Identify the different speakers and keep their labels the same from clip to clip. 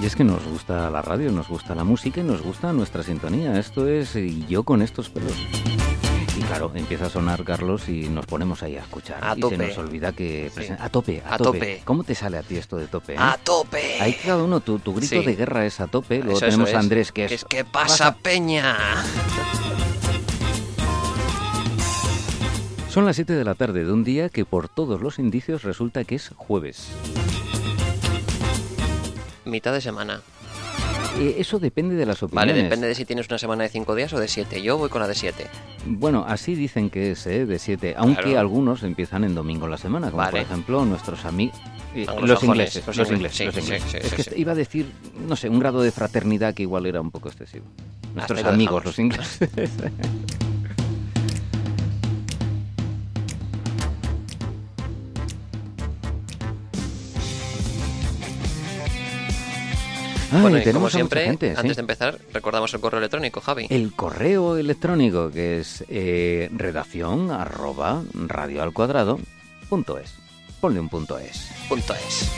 Speaker 1: Y es que nos gusta la radio, nos gusta la música y nos gusta nuestra sintonía. Esto es Y yo con estos pelos. Y claro, empieza a sonar Carlos y nos ponemos ahí a escuchar.
Speaker 2: A
Speaker 1: y
Speaker 2: tope.
Speaker 1: se nos olvida que.
Speaker 2: Sí.
Speaker 1: presen- A tope, a,
Speaker 2: A
Speaker 1: tope.
Speaker 2: tope.
Speaker 1: ¿Cómo te sale a ti esto de tope? eh?
Speaker 2: ¡A tope!
Speaker 1: Ahí cada uno, tu, tu grito
Speaker 2: Sí.
Speaker 1: de guerra es a tope. Luego
Speaker 2: Eso, eso
Speaker 1: tenemos
Speaker 2: es.
Speaker 1: a Andrés, que es.
Speaker 2: ¿Qué es que pasa, Peña?
Speaker 1: Son las 7 de la tarde de un día que por todos los indicios resulta que es jueves.
Speaker 2: Mitad de semana.
Speaker 1: Eh, eso depende de las opiniones.
Speaker 2: Vale, depende de si tienes una semana de 5 días o de 7. Yo voy con la de 7.
Speaker 1: Bueno, así dicen que es, ¿eh? De 7. Aunque
Speaker 2: Claro.
Speaker 1: algunos empiezan en domingo en la semana, como por
Speaker 2: Vale.
Speaker 1: ejemplo nuestros amigos.
Speaker 2: Anglosajones,
Speaker 1: Los ingleses,
Speaker 2: los
Speaker 1: los
Speaker 2: ingleses,
Speaker 1: ingleses.
Speaker 2: sí,
Speaker 1: los
Speaker 2: sí,
Speaker 1: ingleses.
Speaker 2: sí,
Speaker 1: es
Speaker 2: sí,
Speaker 1: que
Speaker 2: sí.
Speaker 1: iba a decir, no sé, un grado de fraternidad que igual era un poco excesivo. Nuestros
Speaker 2: ahí lo
Speaker 1: amigos,
Speaker 2: dejamos.
Speaker 1: los ingleses. Ay,
Speaker 2: bueno, y
Speaker 1: Ah, tenemos
Speaker 2: como
Speaker 1: a mucha
Speaker 2: siempre,
Speaker 1: gente, sí.
Speaker 2: antes de empezar, recordamos el correo electrónico, Javi.
Speaker 1: El correo electrónico que es eh, redacción arroba radio al cuadrado punto es. Ponle un punto es.
Speaker 2: Punto es.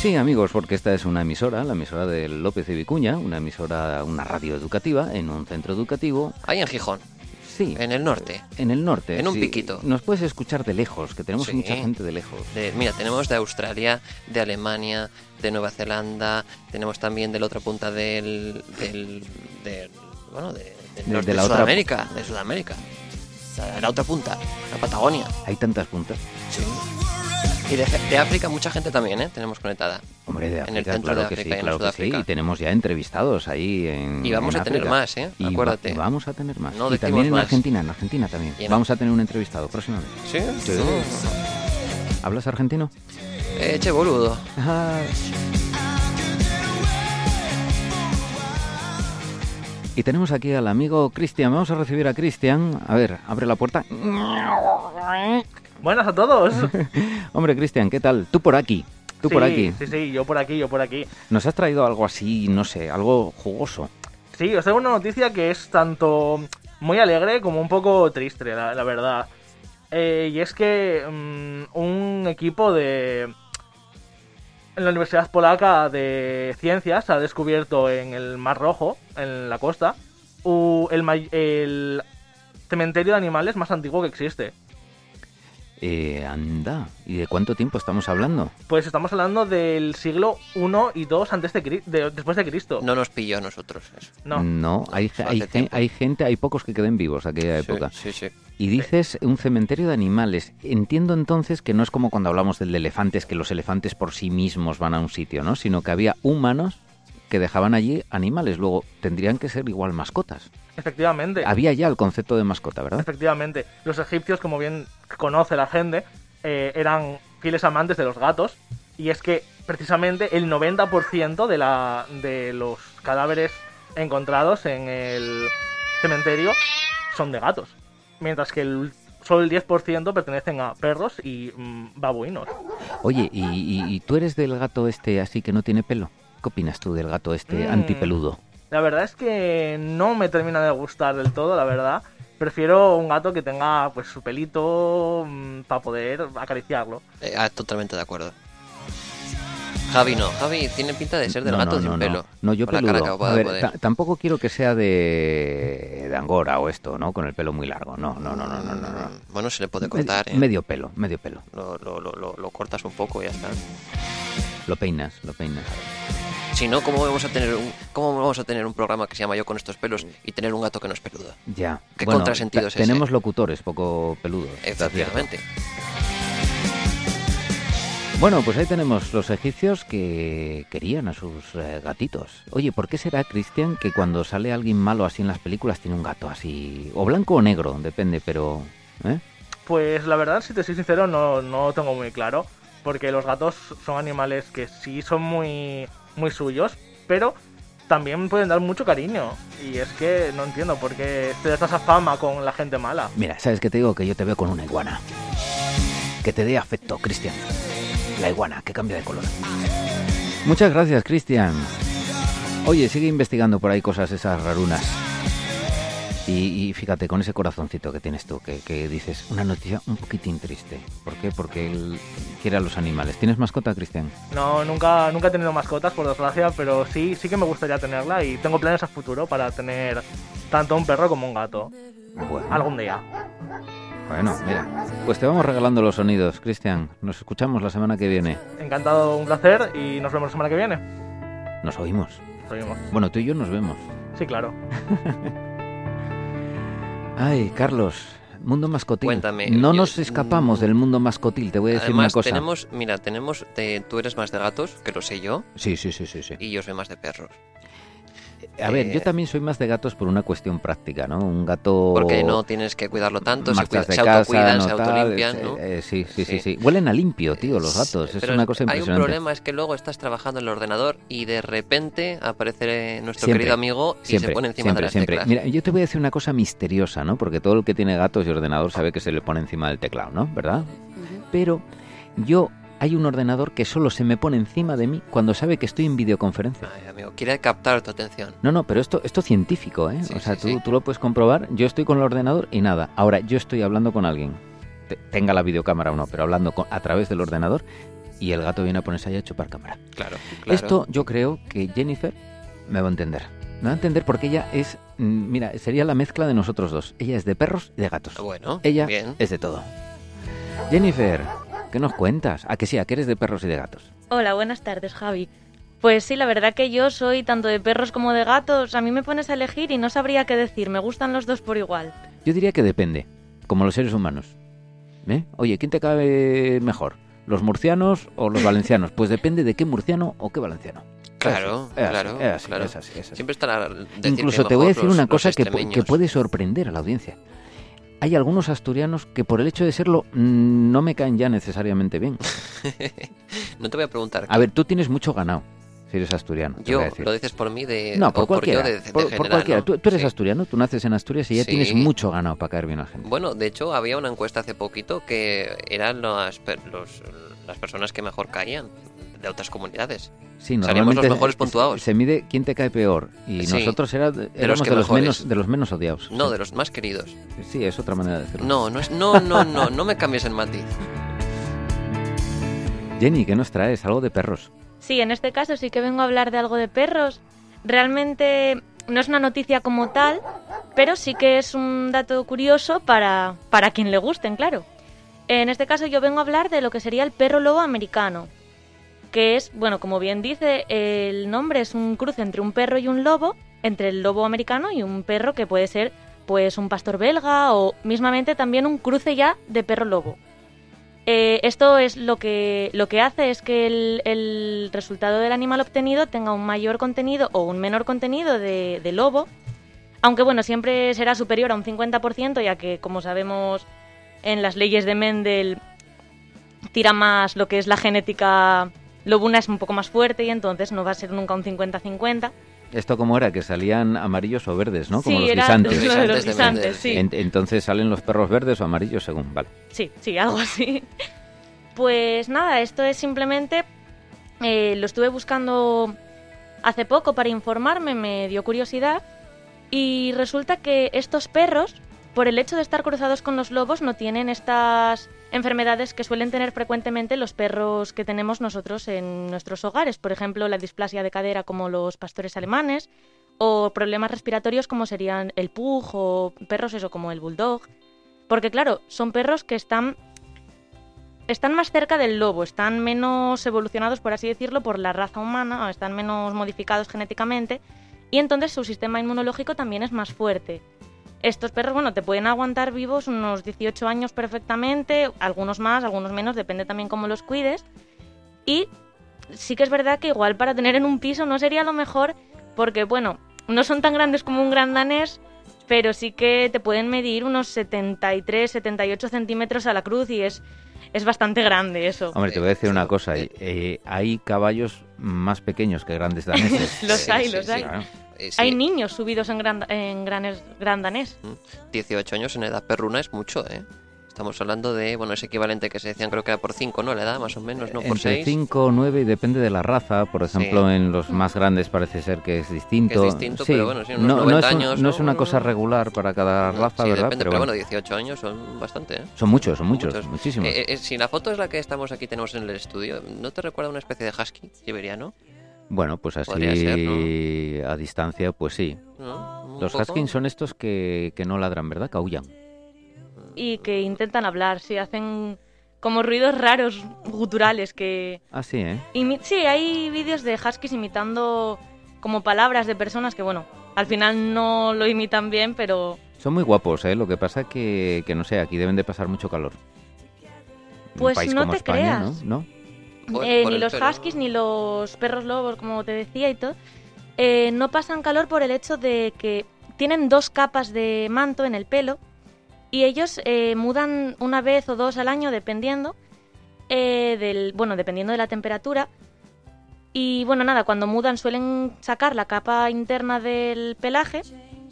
Speaker 1: Sí, amigos, porque esta es una emisora, la emisora de López y Vicuña, una emisora, una radio educativa en un centro educativo.
Speaker 2: Ahí en Gijón,
Speaker 1: Sí, en,
Speaker 2: en el norte.
Speaker 1: el norte.
Speaker 2: en un
Speaker 1: sí.
Speaker 2: piquito.
Speaker 1: Nos puedes escuchar de lejos, que tenemos
Speaker 2: Sí.
Speaker 1: mucha gente de lejos.
Speaker 2: De- mira, tenemos de Australia, de Alemania, de Nueva Zelanda, tenemos también de la otra punta del. del. del- bueno, de, del
Speaker 1: De-
Speaker 2: norte
Speaker 1: de la otra-
Speaker 2: Sudamérica, de Sudamérica. La, la otra punta, la Patagonia.
Speaker 1: Hay tantas puntas.
Speaker 2: Y de, de África, mucha gente también, ¿eh? Tenemos conectada.
Speaker 1: Hombre, de
Speaker 2: En
Speaker 1: África,
Speaker 2: el centro
Speaker 1: claro
Speaker 2: de
Speaker 1: que
Speaker 2: África y
Speaker 1: sí,
Speaker 2: en
Speaker 1: claro que sí.
Speaker 2: Sudáfrica.
Speaker 1: Y tenemos ya entrevistados ahí en.
Speaker 2: Y vamos
Speaker 1: en
Speaker 2: a tener
Speaker 1: África.
Speaker 2: más, ¿eh?
Speaker 1: Y va-
Speaker 2: Acuérdate.
Speaker 1: y vamos a tener más.
Speaker 2: No
Speaker 1: y
Speaker 2: decimos
Speaker 1: también en
Speaker 2: más.
Speaker 1: Argentina, en Argentina también.
Speaker 2: Y en-
Speaker 1: Vamos a tener un entrevistado próximamente.
Speaker 2: ¿Sí?
Speaker 1: Sí.
Speaker 2: Mm.
Speaker 1: ¿Hablas argentino?
Speaker 2: Eche Eh, boludo.
Speaker 1: Ah. Y tenemos aquí al amigo Cristian. Vamos a recibir a Cristian. A ver, abre la puerta.
Speaker 3: Buenas a todos.
Speaker 1: Hombre, Cristian, ¿qué tal? Tú por aquí. Tú por
Speaker 3: Sí,
Speaker 1: aquí.
Speaker 3: Sí, sí, yo por aquí, yo por aquí.
Speaker 1: Nos has traído algo así, no sé, algo jugoso.
Speaker 3: Sí, os traigo una noticia que es tanto muy alegre como un poco triste, la, la verdad. Eh, y es que mm, un equipo de en la Universidad Polaca de Ciencias ha descubierto en el Mar Rojo, en la costa, u- el, may- el cementerio de animales más antiguo que existe.
Speaker 1: Eh, anda. ¿Y de cuánto tiempo estamos hablando?
Speaker 3: Pues estamos hablando del siglo I y II antes de, Cri- de- después de Cristo.
Speaker 2: No nos pilló a nosotros eso.
Speaker 3: No.
Speaker 1: hay,
Speaker 2: Hace
Speaker 1: hay, gen-
Speaker 2: tiempo.
Speaker 1: hay gente, hay pocos que queden vivos a aquella
Speaker 2: Sí,
Speaker 1: época.
Speaker 2: Sí, sí.
Speaker 1: Y dices un cementerio de animales. Entiendo entonces que no es como cuando hablamos del de elefantes, que los elefantes por sí mismos van a un sitio, ¿no? Sino que había humanos que dejaban allí animales. Luego tendrían que ser igual mascotas.
Speaker 3: Efectivamente.
Speaker 1: Había ya el concepto de mascota, ¿verdad?
Speaker 3: Efectivamente, los egipcios, como bien conoce la gente, eh, eran fieles amantes de los gatos. Y es que precisamente el 90% de, la, de los cadáveres encontrados en el cementerio son de gatos. Mientras que el, solo el 10% pertenecen a perros y mm, babuinos.
Speaker 1: Oye, y, y- y tú eres del gato este así que no tiene pelo? ¿Qué opinas tú del gato este
Speaker 3: Mm.
Speaker 1: antipeludo?
Speaker 3: La verdad es que no me termina de gustar del todo, la verdad. Prefiero un gato que tenga pues su pelito para poder acariciarlo.
Speaker 2: Eh, ah, totalmente de acuerdo. Javi no. Javi tiene pinta de ser del
Speaker 1: No,
Speaker 2: gato
Speaker 1: no,
Speaker 2: sin
Speaker 1: no, no.
Speaker 2: pelo.
Speaker 1: No, yo
Speaker 2: Con la
Speaker 1: peludo.
Speaker 2: cara
Speaker 1: A
Speaker 2: acabada
Speaker 1: ver,
Speaker 2: de-
Speaker 1: ta- tampoco quiero que sea de... de angora o esto, ¿no? Con el pelo muy largo. No, no, no, no, no, no. no.
Speaker 2: Mm, Bueno, se le puede cortar,
Speaker 1: Med-
Speaker 2: ¿eh?
Speaker 1: Medio pelo, medio pelo.
Speaker 2: Lo, lo- lo- lo- lo cortas un poco y ya está.
Speaker 1: Lo peinas, lo peinas.
Speaker 2: Si no, ¿cómo vamos a tener un, cómo vamos a tener un programa que se llama Yo con estos pelos y tener un gato que no es peludo?
Speaker 1: Ya.
Speaker 2: ¿Qué
Speaker 1: Bueno,
Speaker 2: contrasentido
Speaker 1: ta-
Speaker 2: es ese?
Speaker 1: Tenemos locutores poco peludos. está cierto.
Speaker 2: Efectivamente.
Speaker 1: Bueno, pues ahí tenemos los egipcios que querían a sus eh, gatitos. Oye, ¿por qué será, Cristian, que cuando sale alguien malo así en las películas tiene un gato así... O blanco o negro, depende, pero... ¿eh?
Speaker 3: Pues la verdad, si te soy sincero, no, no lo tengo muy claro. Porque los gatos son animales que sí son muy, muy suyos, pero también pueden dar mucho cariño. Y es que no entiendo por qué te das esa fama con la gente mala.
Speaker 1: Mira, ¿sabes qué te digo? Que yo te veo con una iguana. Que te dé afecto, Cristian. La iguana, que cambia de color. Muchas gracias, Cristian. Oye, sigue investigando por ahí cosas esas rarunas. Y, y fíjate, con ese corazoncito que tienes tú, que, que dices, una noticia un poquitín triste. ¿Por qué? Porque él quiere a los animales. ¿Tienes mascota, Cristian?
Speaker 3: No, nunca, nunca he tenido mascotas, por desgracia, pero sí, sí que me gustaría tenerla y tengo planes a futuro para tener tanto un perro como un gato.
Speaker 1: Bueno.
Speaker 3: Algún día.
Speaker 1: Bueno, mira, pues te vamos regalando los sonidos, Cristian. Nos escuchamos la semana que viene.
Speaker 3: Encantado, un placer y nos vemos la semana que viene.
Speaker 1: Nos oímos.
Speaker 3: Seguimos.
Speaker 1: Bueno, tú y yo nos vemos.
Speaker 3: Sí, claro.
Speaker 1: Ay, Carlos, mundo mascotil.
Speaker 2: Cuéntame,
Speaker 1: No
Speaker 2: yo-
Speaker 1: nos escapamos del mundo mascotil, te voy a decir
Speaker 2: Además,
Speaker 1: una cosa.
Speaker 2: tenemos, mira, tenemos, te- tú eres más de gatos, que lo sé yo,
Speaker 1: Sí, sí, sí, sí, sí.
Speaker 2: y yo soy más de perros.
Speaker 1: A ver, yo
Speaker 2: eh,
Speaker 1: también soy más de gatos por una cuestión práctica, ¿no? Un gato...
Speaker 2: Porque no tienes que cuidarlo tanto, se,
Speaker 1: marchas
Speaker 2: cuida-
Speaker 1: de
Speaker 2: se
Speaker 1: casa,
Speaker 2: autocuidan,
Speaker 1: no
Speaker 2: se
Speaker 1: tal,
Speaker 2: autolimpian,
Speaker 1: eh,
Speaker 2: ¿no?
Speaker 1: eh, sí, sí, sí,
Speaker 2: Sí. Eh,
Speaker 1: sí. Huelen a limpio, tío, los gatos. Es
Speaker 2: Pero
Speaker 1: una cosa
Speaker 2: Hay un
Speaker 1: impresionante.
Speaker 2: problema, es que luego estás trabajando en el ordenador y de repente aparece nuestro
Speaker 1: Siempre,
Speaker 2: querido amigo y se pone encima
Speaker 1: siempre,
Speaker 2: de las
Speaker 1: siempre.
Speaker 2: teclas.
Speaker 1: Mira, yo te voy a decir una cosa misteriosa, ¿no? Porque todo el que tiene gatos y ordenador sabe que se le pone encima del teclado, ¿no? ¿Verdad? Pero yo hay un ordenador que solo se me pone encima de mí cuando sabe que estoy en videoconferencia.
Speaker 2: Ay, Eh, amigo, quiere captar tu atención.
Speaker 1: No, no, pero esto esto científico, ¿eh?
Speaker 2: Sí,
Speaker 1: o sea,
Speaker 2: sí,
Speaker 1: tú,
Speaker 2: sí.
Speaker 1: tú lo puedes comprobar. Yo estoy con el ordenador y nada. Ahora, yo estoy hablando con alguien, te- tenga la videocámara o no, pero hablando con- a través del ordenador y el gato viene a ponerse ahí a chupar cámara.
Speaker 2: Claro, claro.
Speaker 1: Esto yo creo que Jennifer me va a entender. Me va a entender porque ella es, mm, mira, sería la mezcla de nosotros dos. Ella es de perros y de gatos.
Speaker 2: bueno,
Speaker 1: Ella
Speaker 2: bien.
Speaker 1: es de todo. Jennifer, ¿qué nos cuentas? ¿A que sí? ¿A que eres de perros y de gatos?
Speaker 4: Hola, buenas tardes, Javi. Pues sí, la verdad que yo soy tanto de perros como de gatos. A mí me pones a elegir y no sabría qué decir. Me gustan los dos por igual.
Speaker 1: Yo diría que depende, como los seres humanos. ¿Eh? Oye, ¿quién te cabe mejor? ¿Los murcianos o los valencianos? Pues depende de qué murciano o qué valenciano.
Speaker 2: Claro,
Speaker 1: Es así, es
Speaker 2: claro,
Speaker 1: así, es así,
Speaker 2: claro.
Speaker 1: es así, es así.
Speaker 2: Siempre estará decir
Speaker 1: Incluso
Speaker 2: que
Speaker 1: te voy a
Speaker 2: mejor
Speaker 1: decir
Speaker 2: los-
Speaker 1: una
Speaker 2: los
Speaker 1: cosa que, pu- que
Speaker 2: extremeños.
Speaker 1: puede sorprender a la audiencia. Hay algunos asturianos que por el hecho de serlo mm, no me caen ya necesariamente bien.
Speaker 2: No te voy a preguntar.
Speaker 1: A ver, tú tienes mucho ganado si eres asturiano. te
Speaker 2: yo,
Speaker 1: voy a decir.
Speaker 2: lo dices por mí de...
Speaker 1: no,
Speaker 2: o
Speaker 1: por cualquiera.
Speaker 2: yo de- de
Speaker 1: por, por
Speaker 2: general,
Speaker 1: cualquiera.
Speaker 2: ¿no?
Speaker 1: Tú, tú eres
Speaker 2: Sí.
Speaker 1: asturiano, tú naces en Asturias y ya
Speaker 2: Sí.
Speaker 1: tienes mucho ganado para caer bien a la gente.
Speaker 2: Bueno, de hecho, había una encuesta hace poquito que eran las, per- los- las personas que mejor caían de otras comunidades.
Speaker 1: Sí,
Speaker 2: Salimos
Speaker 1: normalmente
Speaker 2: los mejores
Speaker 1: se-
Speaker 2: puntuados.
Speaker 1: Se, mide quién te cae peor y
Speaker 2: Sí.
Speaker 1: nosotros era, éramos de los,
Speaker 2: que mejores.
Speaker 1: menos de los menos odiados.
Speaker 2: No, de los más queridos.
Speaker 1: Sí, es otra manera de decirlo.
Speaker 2: No, no es... No, no, no, no me cambies el matiz.
Speaker 1: Jenny, ¿qué nos traes? Algo de perros.
Speaker 4: Sí, en este caso sí que vengo a hablar de algo de perros. Realmente no es una noticia como tal, pero sí que es un dato curioso para, para quien le gusten, claro. En este caso yo vengo a hablar de lo que sería el perro lobo americano, que es, bueno, como bien dice, el nombre es un cruce entre un perro y un lobo, entre el lobo americano y un perro que puede ser pues un pastor belga o mismamente también un cruce ya de perro lobo. Eh, esto es lo que, lo que hace es que el, el resultado del animal obtenido tenga un mayor contenido o un menor contenido de, de lobo, aunque bueno, siempre será superior a un 50%, ya que como sabemos en las leyes de Mendel tira más lo que es la genética lobuna es un poco más fuerte y entonces no va a ser nunca un 50-50.
Speaker 1: Esto como era, que salían amarillos o verdes, ¿no? Como
Speaker 4: sí,
Speaker 1: los
Speaker 4: era
Speaker 1: guisantes.
Speaker 4: lo de
Speaker 2: Los guisantes
Speaker 4: los
Speaker 2: de Mendel,
Speaker 4: guisantes, sí.
Speaker 1: En- entonces salen los perros verdes o amarillos según, vale.
Speaker 4: Sí, sí, algo así. Pues nada, esto es simplemente. eh, lo estuve buscando hace poco para informarme, me dio curiosidad. Y resulta que estos perros, por el hecho de estar cruzados con los lobos, no tienen estas enfermedades que suelen tener frecuentemente los perros que tenemos nosotros en nuestros hogares. Por ejemplo, la displasia de cadera como los pastores alemanes o problemas respiratorios como serían el pug o perros eso como el bulldog. Porque claro, son perros que están están más cerca del lobo, están menos evolucionados por así decirlo por la raza humana, o están menos modificados genéticamente y entonces su sistema inmunológico también es más fuerte. Estos perros, bueno, te pueden aguantar vivos unos 18 años perfectamente, algunos más, algunos menos, depende también cómo los cuides. Y sí que es verdad que igual para tener en un piso no sería lo mejor porque, bueno, no son tan grandes como un gran danés, pero sí que te pueden medir unos 73, 78 centímetros a la cruz y es, es bastante grande eso.
Speaker 1: Hombre, te voy a decir una cosa. eh, hay caballos más pequeños que grandes daneses.
Speaker 4: Los
Speaker 2: Sí,
Speaker 4: hay,
Speaker 2: sí,
Speaker 4: los
Speaker 2: sí.
Speaker 4: hay.
Speaker 1: Claro.
Speaker 2: Eh, sí,
Speaker 4: Hay niños subidos en gran, en granes- gran danés.
Speaker 2: 18 años en edad perruna es mucho, ¿eh? Estamos hablando de, bueno, ese equivalente que se decían, creo que era por 5, ¿no? La edad, más o menos, ¿no? Por
Speaker 1: Entre
Speaker 2: 6.
Speaker 1: 5 o 9 y depende de la raza. Por ejemplo, en los más grandes parece ser que es distinto.
Speaker 2: Que es distinto, pero bueno, sí, unos
Speaker 1: no, no
Speaker 2: 90
Speaker 1: es un-
Speaker 2: años,
Speaker 1: no es
Speaker 2: ¿no?
Speaker 1: una cosa regular para cada raza,
Speaker 2: sí,
Speaker 1: ¿verdad?
Speaker 2: depende, pero, bueno, 18 años son bastante, ¿eh?
Speaker 1: Son muchos, son muchos,
Speaker 2: Muchos.
Speaker 1: muchísimos.
Speaker 2: Eh, eh, si la foto es la que estamos aquí, tenemos en el estudio, ¿no te recuerda una especie de husky siberiano?
Speaker 1: bueno, pues así
Speaker 2: podría ser,
Speaker 1: a distancia, pues sí.
Speaker 2: ¿No? Un
Speaker 1: Los
Speaker 2: poco.
Speaker 1: Haskins son estos que, que no ladran, ¿verdad? Que aullan.
Speaker 4: Y que intentan hablar, sí, hacen como ruidos raros, guturales, que...
Speaker 1: Ah, sí, ¿eh?
Speaker 4: imi- sí, hay vídeos de huskies imitando como palabras de personas que, bueno, al final no lo imitan bien, pero
Speaker 1: Son muy guapos, ¿eh? Lo que pasa que, que no sé, aquí deben de pasar mucho calor. Un
Speaker 4: Pues
Speaker 1: país
Speaker 4: no
Speaker 1: como
Speaker 4: te
Speaker 1: España,
Speaker 4: creas.
Speaker 1: ¿no? ¿No?
Speaker 2: Por-
Speaker 4: eh,
Speaker 2: por
Speaker 4: ni
Speaker 2: el
Speaker 4: los
Speaker 2: pelo.
Speaker 4: huskies ni los perros lobos, como te decía y todo, eh, no pasan calor por el hecho de que tienen dos capas de manto en el pelo y ellos eh, mudan una vez o dos al año dependiendo eh, del bueno dependiendo de la temperatura y bueno nada cuando mudan suelen sacar la capa interna del pelaje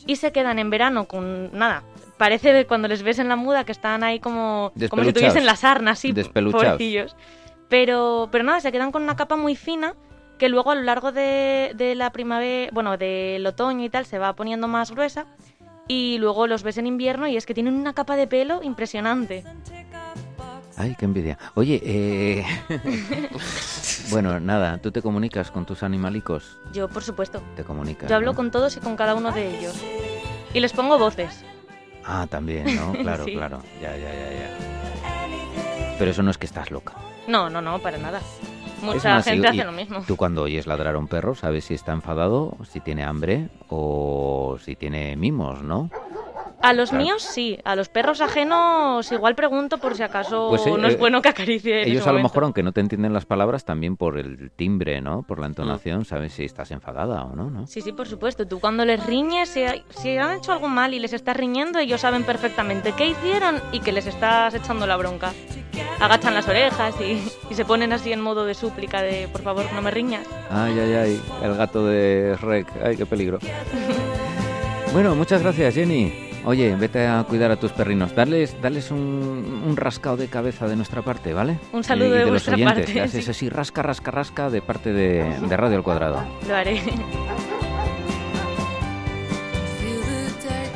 Speaker 4: y se quedan en verano con nada parece de cuando les ves en la muda que están ahí como como si
Speaker 1: Despeluchados.
Speaker 4: tuviesen la sarna así
Speaker 1: Despeluchados.
Speaker 4: pobrecillos pero, pero nada, se quedan con una capa muy fina que luego a lo largo de, de la primavera, bueno, del otoño y tal, se va poniendo más gruesa. Y luego los ves en invierno y es que tienen una capa de pelo impresionante.
Speaker 1: Ay, qué envidia. Oye, eh... bueno, nada, tú te comunicas con tus animalicos.
Speaker 4: Yo, por supuesto,
Speaker 1: Te comunicas.
Speaker 4: yo hablo
Speaker 1: ¿no?
Speaker 4: con todos y con cada uno de ellos. Y les pongo voces.
Speaker 1: Ah, también, ¿no? Claro,
Speaker 4: Sí.
Speaker 1: claro. Ya, ya, ya, ya. Pero eso no es que estás loca.
Speaker 4: No, no, no, para nada.
Speaker 1: Es
Speaker 4: Mucha
Speaker 1: más,
Speaker 4: gente
Speaker 1: y- y
Speaker 4: hace lo mismo.
Speaker 1: Tú cuando oyes ladrar a un perro sabes si está enfadado, si tiene hambre o si tiene mimos, ¿no?
Speaker 4: A los
Speaker 1: claro.
Speaker 4: míos sí, a los perros ajenos igual pregunto por si acaso
Speaker 1: Pues sí,
Speaker 4: no es
Speaker 1: eh,
Speaker 4: bueno que acaricie. en
Speaker 1: Ellos
Speaker 4: ese
Speaker 1: a lo
Speaker 4: momento.
Speaker 1: mejor, aunque no te entienden las palabras, también por el timbre, ¿no? Por la entonación, sabes si estás enfadada o no, ¿no?
Speaker 4: Sí, sí, por supuesto. Tú cuando les riñes, si, hay- si han hecho algo mal y les estás riñendo, ellos saben perfectamente qué hicieron y que les estás echando la bronca. Agachan las orejas y, y se ponen así en modo de súplica de por favor no me riñas.
Speaker 1: Ay, ay, ay, el gato de Rec. Ay, qué peligro. bueno, muchas gracias, Jenny. Oye, vete a cuidar a tus perrinos. Darles, darles un, un rascao de cabeza de nuestra parte, ¿vale?
Speaker 4: Un saludo de
Speaker 1: los
Speaker 4: vuestra
Speaker 1: oyentes.
Speaker 4: parte,
Speaker 1: Le haces
Speaker 4: sí.
Speaker 1: así, rasca, rasca, rasca de parte de, de Radio al Cuadrado.
Speaker 4: Lo haré.
Speaker 5: Feel the dark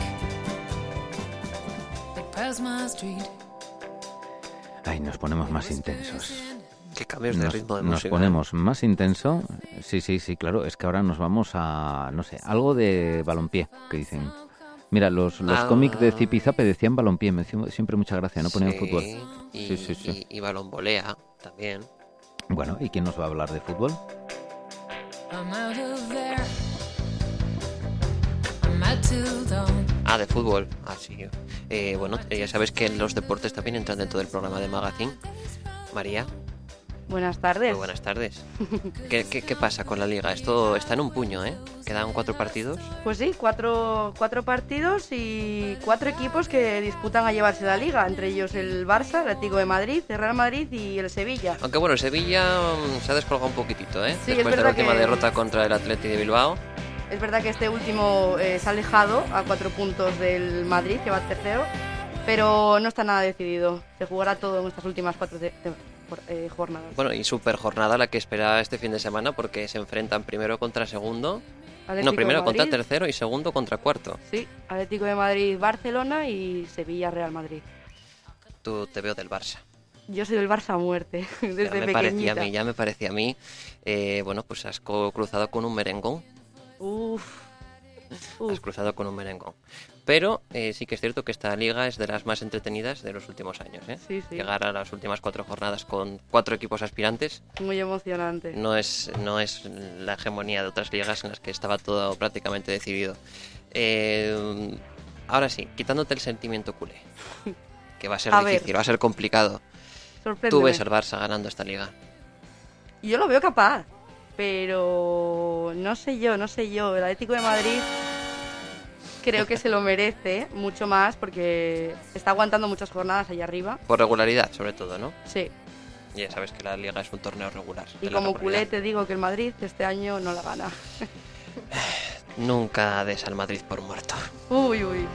Speaker 5: that pass my street.
Speaker 1: Ay, nos ponemos más intensos.
Speaker 2: Qué cambios de
Speaker 1: Nos,
Speaker 2: ritmo de
Speaker 1: nos
Speaker 2: música.
Speaker 1: ponemos más intenso. Sí, sí, sí, claro. Es que ahora nos vamos a, no sé, algo de balompié, que dicen. Mira, los, los
Speaker 2: Ah.
Speaker 1: cómics de Zipizape decían balompié. Me hacía siempre mucha gracia, no ponían
Speaker 2: Sí,
Speaker 1: fútbol.
Speaker 2: Y,
Speaker 1: Sí, sí, sí.
Speaker 2: Y, y balonvolea también.
Speaker 1: Bueno, ¿y quién nos va a hablar de fútbol?
Speaker 5: I'm out of there. I'm out till dawn.
Speaker 2: Ah, de fútbol. Ah, sí. Eh, bueno, eh, ya sabes que los deportes también entran dentro del programa de Magazine. María,
Speaker 6: Buenas tardes.
Speaker 2: muy buenas tardes. ¿Qué, qué, qué pasa con la liga? Esto está en un puño, ¿eh? Quedan cuatro partidos.
Speaker 6: Pues sí, cuatro, cuatro partidos y cuatro equipos que disputan a llevarse la liga, entre ellos el Barça, el Atlético de Madrid, el Real Madrid y el Sevilla.
Speaker 2: Aunque bueno, el Sevilla mm, se ha descolgado un poquitito, ¿eh?
Speaker 6: Sí, es
Speaker 2: Después de la
Speaker 6: verdad
Speaker 2: última
Speaker 6: que-
Speaker 2: derrota contra el Atleti de Bilbao.
Speaker 6: Es verdad que este último eh, se ha alejado a cuatro puntos del Madrid, que va tercero, pero no está nada decidido. Se jugará todo en estas últimas cuatro te- te- por- eh, jornadas.
Speaker 2: Bueno, y super jornada la que espera este fin de semana porque se enfrentan primero contra segundo.
Speaker 6: Atlético
Speaker 2: no,
Speaker 6: de
Speaker 2: primero contra
Speaker 6: Madrid,
Speaker 2: tercero y segundo contra cuarto.
Speaker 6: Sí, Atlético de Madrid, Barcelona y Sevilla, Real Madrid.
Speaker 2: Tú te veo del Barça.
Speaker 6: Yo soy del Barça a muerte, desde
Speaker 2: ya me parecía
Speaker 6: pequeñita.
Speaker 2: a mí, ya me parecía a mí. Eh, bueno, pues has co- cruzado con un merengón.
Speaker 6: Uf.
Speaker 2: Has
Speaker 6: Uf.
Speaker 2: cruzado con un merengón. Pero eh, sí que es cierto que esta liga es de las más entretenidas de los últimos años. ¿eh?
Speaker 6: Sí, sí.
Speaker 2: Llegar a las últimas cuatro jornadas con cuatro equipos aspirantes
Speaker 6: Muy emocionante.
Speaker 2: no es, no es la hegemonía de otras ligas en las que estaba todo prácticamente decidido. Eh, ahora sí, quitándote el sentimiento culé, que va a ser
Speaker 6: A ver.
Speaker 2: difícil, va a ser complicado. Tú
Speaker 6: Sorpréndeme.
Speaker 2: ves al Barça ganando esta liga.
Speaker 6: Yo lo veo capaz, pero no sé yo, no sé yo. El Atlético de Madrid creo que se lo merece mucho más porque está aguantando muchas jornadas allá arriba.
Speaker 2: Por regularidad, sobre todo, ¿no?
Speaker 6: Sí,
Speaker 2: Ya sabes que la liga es un torneo regular.
Speaker 6: y
Speaker 2: de la
Speaker 6: como culé
Speaker 2: regularidad.
Speaker 6: te digo que el Madrid este año no la gana.
Speaker 2: Nunca des al Madrid por muerto.
Speaker 6: Uy, uy.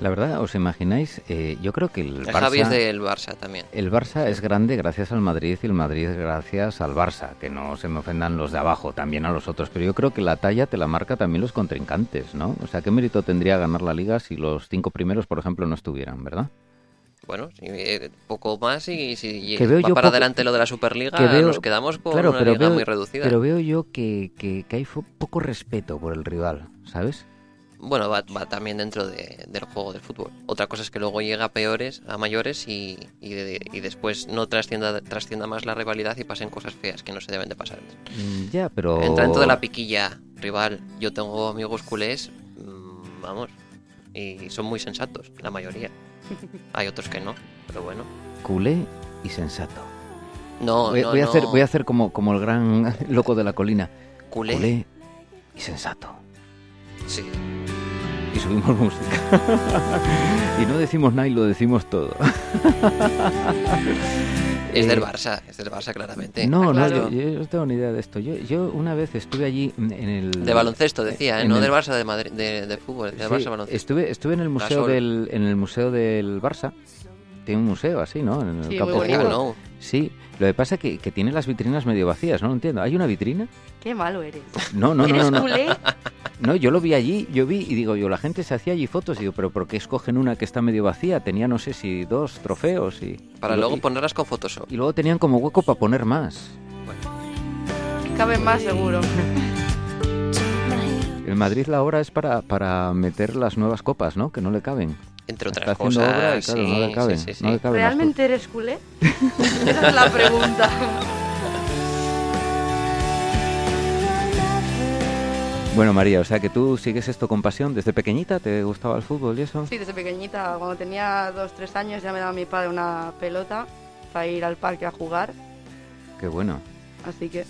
Speaker 1: La verdad, ¿os imagináis? Eh, yo creo que el
Speaker 2: El
Speaker 1: Barça...
Speaker 2: Javi es del Barça también.
Speaker 1: El Barça es grande gracias al Madrid y el Madrid gracias al Barça. Que no se me ofendan los de abajo, también a los otros. Pero yo creo que la talla te la marca también los contrincantes, ¿no? O sea, ¿qué mérito tendría ganar la liga si los cinco primeros, por ejemplo, no estuvieran, verdad?
Speaker 2: Bueno, sí, eh, poco más y si
Speaker 1: Que veo
Speaker 2: va
Speaker 1: yo
Speaker 2: para
Speaker 1: poco-
Speaker 2: adelante lo de la Superliga,
Speaker 1: que veo-
Speaker 2: nos quedamos con
Speaker 1: claro,
Speaker 2: una
Speaker 1: pero
Speaker 2: liga
Speaker 1: veo,
Speaker 2: muy reducida.
Speaker 1: pero veo yo que, que- que hay fo- poco respeto por el rival, ¿sabes?
Speaker 2: Bueno, va, va también dentro de- del juego del fútbol. Otra cosa es que luego llega a peores, a mayores y, y de- y después no trascienda, trascienda más la rivalidad y pasen cosas feas que no se deben de pasar.
Speaker 1: Mm, Ya, pero...
Speaker 2: Entra dentro de la piquilla rival. Yo tengo amigos culés, mm, vamos, y son muy sensatos, la mayoría. Hay otros que no, pero bueno.
Speaker 1: Culé y sensato.
Speaker 2: No,
Speaker 1: voy,
Speaker 2: no,
Speaker 1: voy a
Speaker 2: no.
Speaker 1: hacer, voy a hacer como, como el gran loco de la colina.
Speaker 2: culé.
Speaker 1: Culé y sensato.
Speaker 2: Sí.
Speaker 1: y subimos música. y no decimos nada y lo decimos todo.
Speaker 2: Es
Speaker 1: Eh,
Speaker 2: del Barça, es del Barça Ah, claramente.
Speaker 1: no, no,
Speaker 6: claro.
Speaker 1: yo, yo no tengo ni idea de esto. Yo, yo una vez estuve allí en el...
Speaker 2: De baloncesto decía, ¿eh?
Speaker 1: en
Speaker 2: no
Speaker 1: el-
Speaker 2: del Barça de Madrid, de, de fútbol, decía
Speaker 1: Sí,
Speaker 2: Barça baloncesto.
Speaker 1: estuve, estuve en el museo
Speaker 2: Gasol.
Speaker 1: del, en el museo del Barça. Tiene un museo así, ¿no? En el
Speaker 6: Sí, muy
Speaker 1: campo de
Speaker 2: Liga,
Speaker 1: fútbol.
Speaker 2: no.
Speaker 1: Sí, lo que pasa es que, que tiene las vitrinas medio vacías, no lo entiendo. ¿Hay una vitrina?
Speaker 6: Qué malo eres.
Speaker 1: No, no, no,
Speaker 7: ¿Eres
Speaker 1: no. no.
Speaker 7: culé?
Speaker 1: No, yo lo vi allí, yo vi y digo, yo la gente se hacía allí fotos y digo, pero ¿por qué escogen una que está medio vacía? Tenía no sé si dos trofeos y
Speaker 2: Para
Speaker 1: y-
Speaker 2: luego
Speaker 1: y-
Speaker 2: ponerlas con Photoshop.
Speaker 1: Y luego tenían como hueco para poner más.
Speaker 6: Cabe más seguro.
Speaker 1: El Madrid la hora es para, para meter las nuevas copas, ¿no? Que no le caben.
Speaker 2: Entre otras
Speaker 1: Está haciendo
Speaker 2: cosas.
Speaker 1: obra y claro,
Speaker 2: sí,
Speaker 1: no le caben.
Speaker 2: sí, sí,
Speaker 1: no le
Speaker 2: sí.
Speaker 1: caben las
Speaker 6: ¿Realmente eres culé? Esa es la pregunta.
Speaker 1: copas. Bueno, María, o sea que tú sigues esto con pasión. ¿Desde pequeñita te gustaba el fútbol y eso?
Speaker 6: Sí, desde pequeñita, cuando tenía dos, tres años, ya me daba mi padre una pelota para ir al parque a jugar.
Speaker 1: Qué bueno.
Speaker 6: Así que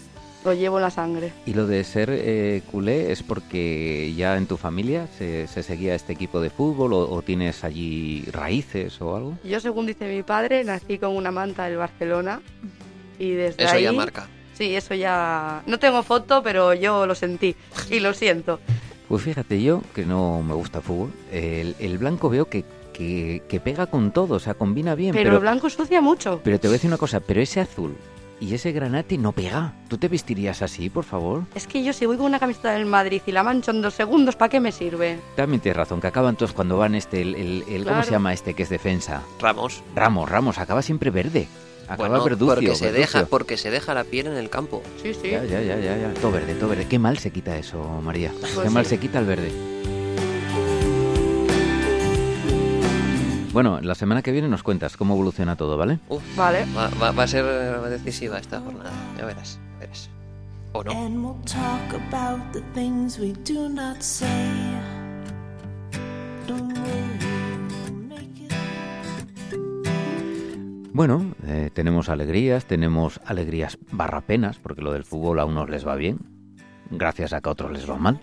Speaker 6: lo llevo en la sangre.
Speaker 1: ¿Y lo de ser eh, culé es porque ya en tu familia se, se seguía este equipo de fútbol o, o tienes allí raíces o algo?
Speaker 6: Yo, según dice mi padre, nací con una manta del Barcelona. Y desde
Speaker 2: Eso
Speaker 6: ahí.
Speaker 2: ya marca.
Speaker 6: Sí, eso ya. No tengo foto, pero yo lo sentí. Y lo siento.
Speaker 1: Pues fíjate yo, que no me gusta el fútbol, el, el blanco veo que, que, que pega con todo, o sea, combina bien.
Speaker 6: Pero, el blanco sucia mucho.
Speaker 1: Pero te voy a decir una cosa, pero ese azul y ese granate no pega. ¿Tú te vestirías así, por favor?
Speaker 6: Es que yo, si voy con una camiseta del Madrid y la mancho en dos segundos, ¿para qué me sirve?
Speaker 1: También tienes razón, que acaban todos cuando van este, el, el- el- ¿cómo
Speaker 6: Claro.
Speaker 1: se llama este que es defensa?
Speaker 2: Ramos.
Speaker 1: Ramos, Ramos, acaba siempre verde. Acaba
Speaker 2: Bueno,
Speaker 1: verducio.
Speaker 2: porque se
Speaker 1: verducio.
Speaker 2: deja, porque se deja la piel en el campo.
Speaker 6: Sí, sí.
Speaker 1: Ya, ya, ya, ya, ya. Todo verde, todo verde. Qué mal se quita eso, María. Qué
Speaker 6: Pues sí.
Speaker 1: mal se quita el verde. Bueno, la semana que viene nos cuentas cómo evoluciona todo, ¿vale?
Speaker 2: Uf,
Speaker 6: Vale.
Speaker 2: va, va- va a ser eh, decisiva esta jornada. Ya verás, ya verás. O no.
Speaker 5: And we'll talk about the things we do not say. Don't worry, make it.
Speaker 1: Bueno, eh, tenemos alegrías, tenemos alegrías barra penas, porque lo del fútbol a unos les va bien, gracias a que a otros les va mal,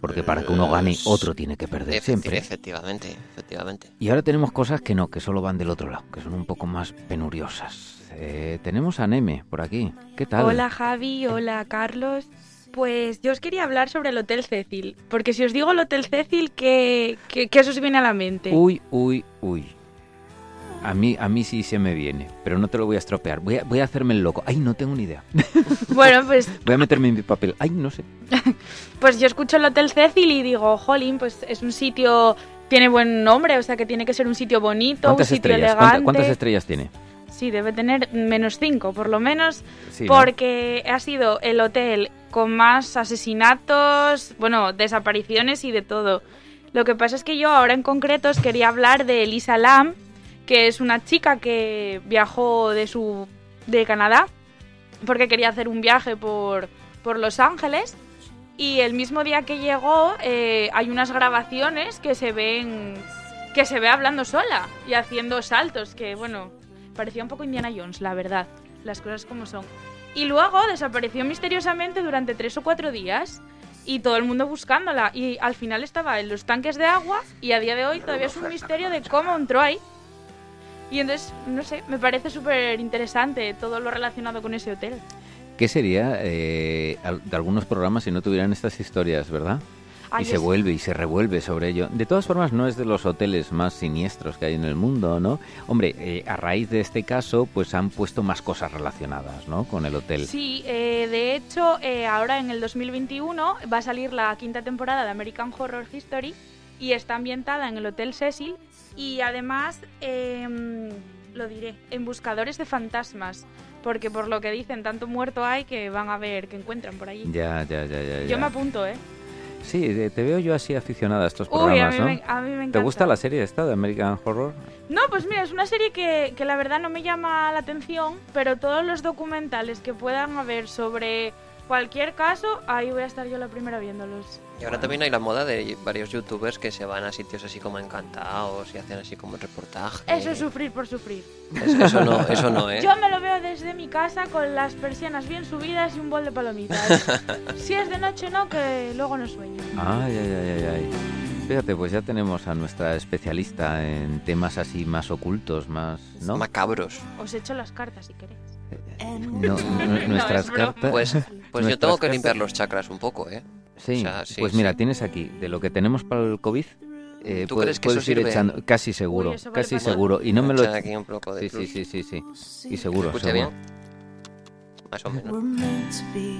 Speaker 1: porque para que uno gane otro tiene que perder
Speaker 2: Pues, Efecti-
Speaker 1: siempre.
Speaker 2: Efectivamente, efectivamente.
Speaker 1: Y ahora tenemos cosas que no, que solo van del otro lado, que son un poco más penuriosas. Eh, tenemos a Neme por aquí. ¿Qué tal?
Speaker 7: Hola Javi, hola Carlos. Pues yo os quería hablar sobre el Hotel Cecil, porque si os digo el Hotel Cecil, ¿qué, qué, qué os viene a la mente?
Speaker 1: Uy, uy, uy. A mí, a mí sí se me viene, pero no te lo voy a estropear. Voy a, voy a hacerme el loco. Ay, no tengo ni idea.
Speaker 7: Bueno, pues,
Speaker 1: Voy a meterme en mi papel. Ay, no sé.
Speaker 7: pues yo escucho el Hotel Cecil y digo, jolín, pues es un sitio, tiene buen nombre, o sea que tiene que ser un sitio bonito, un
Speaker 1: ¿Cuántas
Speaker 7: sitio
Speaker 1: estrellas? ¿Cuánta-
Speaker 7: elegante.
Speaker 1: ¿Cuántas estrellas tiene?
Speaker 7: Sí, debe tener menos cinco, por lo menos,
Speaker 1: Sí, ¿no?
Speaker 7: porque ha sido el hotel con más asesinatos, bueno, desapariciones y de todo. Lo que pasa es que yo ahora en concreto os quería hablar de Elisa Lam, que es una chica que viajó de su de Canadá porque quería hacer un viaje por, por Los Ángeles y el mismo día que llegó eh, hay unas grabaciones que se ven que se ve hablando sola y haciendo saltos que bueno parecía un poco Indiana Jones la verdad las cosas como son y luego desapareció misteriosamente durante tres o cuatro días y todo el mundo buscándola y al final estaba en los tanques de agua y a día de hoy todavía es un misterio de cómo entró ahí y entonces, no sé, me parece súper interesante todo lo relacionado con ese hotel.
Speaker 1: ¿Qué sería eh, al- de algunos programas si no tuvieran estas historias, verdad?
Speaker 6: Ay,
Speaker 1: y se
Speaker 6: es-
Speaker 1: vuelve y se revuelve sobre ello. De todas formas, no es de los hoteles más siniestros que hay en el mundo, ¿no? Hombre, eh, a raíz de este caso, pues han puesto más cosas relacionadas, ¿no? Con el hotel.
Speaker 7: Sí, eh, de hecho, eh, ahora en el 2021 va a salir la quinta temporada de American Horror History y está ambientada en el Hotel Cecil y además, em, lo diré, en buscadores de fantasmas, porque por lo que dicen, tanto muerto hay que van a ver que encuentran por allí.
Speaker 1: Ya, ya, ya, ya.
Speaker 7: Yo
Speaker 1: ya.
Speaker 7: me apunto, ¿eh?
Speaker 1: Sí, de- te veo yo así aficionada a estos
Speaker 7: Uy, a
Speaker 1: programas,
Speaker 7: mí,
Speaker 1: ¿no?
Speaker 7: me, a mí me encanta.
Speaker 1: ¿Te gusta la serie esta de American Horror?
Speaker 7: No, pues mira, es una serie que, que la verdad no me llama la atención, pero todos los documentales que puedan haber sobre cualquier caso, ahí voy a estar yo la primera viéndolos.
Speaker 2: Y ahora también hay la moda de varios youtubers que se van a sitios así como encantados y hacen así como reportajes.
Speaker 7: Eso es sufrir por sufrir.
Speaker 2: Eso- eso no, eso no, ¿eh?
Speaker 7: Yo me lo veo desde mi casa con las persianas bien subidas y un bol de palomitas. si es de noche no, que luego no sueño.
Speaker 1: Ay, ay, ay, ay, ay. Fíjate, pues ya tenemos a nuestra especialista en temas así más ocultos, más... ¿no?
Speaker 2: Macabros.
Speaker 7: Os echo las cartas si queréis.
Speaker 1: No, n- nuestras
Speaker 7: es broma.
Speaker 1: cartas...
Speaker 2: Pues, pues yo
Speaker 1: Nuestras
Speaker 2: tengo que
Speaker 1: casas.
Speaker 2: limpiar los chakras un poco, ¿eh?
Speaker 1: Sí,
Speaker 2: O sea, sí,
Speaker 1: pues
Speaker 2: sí.
Speaker 1: mira, tienes aquí de lo que tenemos para el COVID. eh,
Speaker 2: ¿Tú
Speaker 1: puedes-
Speaker 2: crees que eso
Speaker 1: puedes ir
Speaker 2: sirve?
Speaker 1: echando, casi seguro,
Speaker 7: Uy, eso vale
Speaker 1: casi
Speaker 7: para-
Speaker 1: seguro. Y no me lo.
Speaker 2: Echar aquí un poco de
Speaker 1: Sí, sí,
Speaker 2: plus.
Speaker 1: sí, sí, sí. Y seguro,
Speaker 2: Escucha
Speaker 1: seguro.
Speaker 2: bien. Más o menos.
Speaker 5: We're meant to be.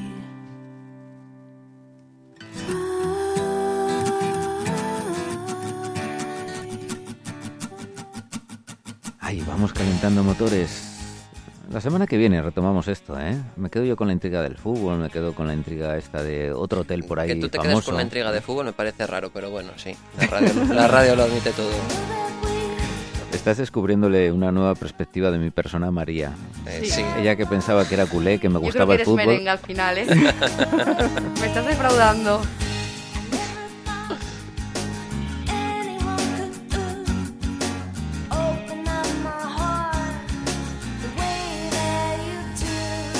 Speaker 5: Fly.
Speaker 1: Ay, vamos calentando motores. La semana que viene retomamos esto, ¿eh? Me quedo yo con la intriga del fútbol, me quedo con la intriga esta de otro hotel por ahí
Speaker 2: que tú te
Speaker 1: famoso.
Speaker 2: quedes con la intriga de fútbol me parece raro, pero bueno, sí. La radio, la radio lo admite todo.
Speaker 1: Estás descubriéndole una nueva perspectiva de mi persona, María.
Speaker 2: Eh,
Speaker 6: Sí.
Speaker 2: sí.
Speaker 1: Ella que pensaba que era culé, que me
Speaker 6: Yo creo que
Speaker 1: gustaba el
Speaker 6: eres
Speaker 1: fútbol.
Speaker 6: merengue al final, ¿eh? me estás defraudando.
Speaker 5: Anyone could do. Open up my heart the way that you do.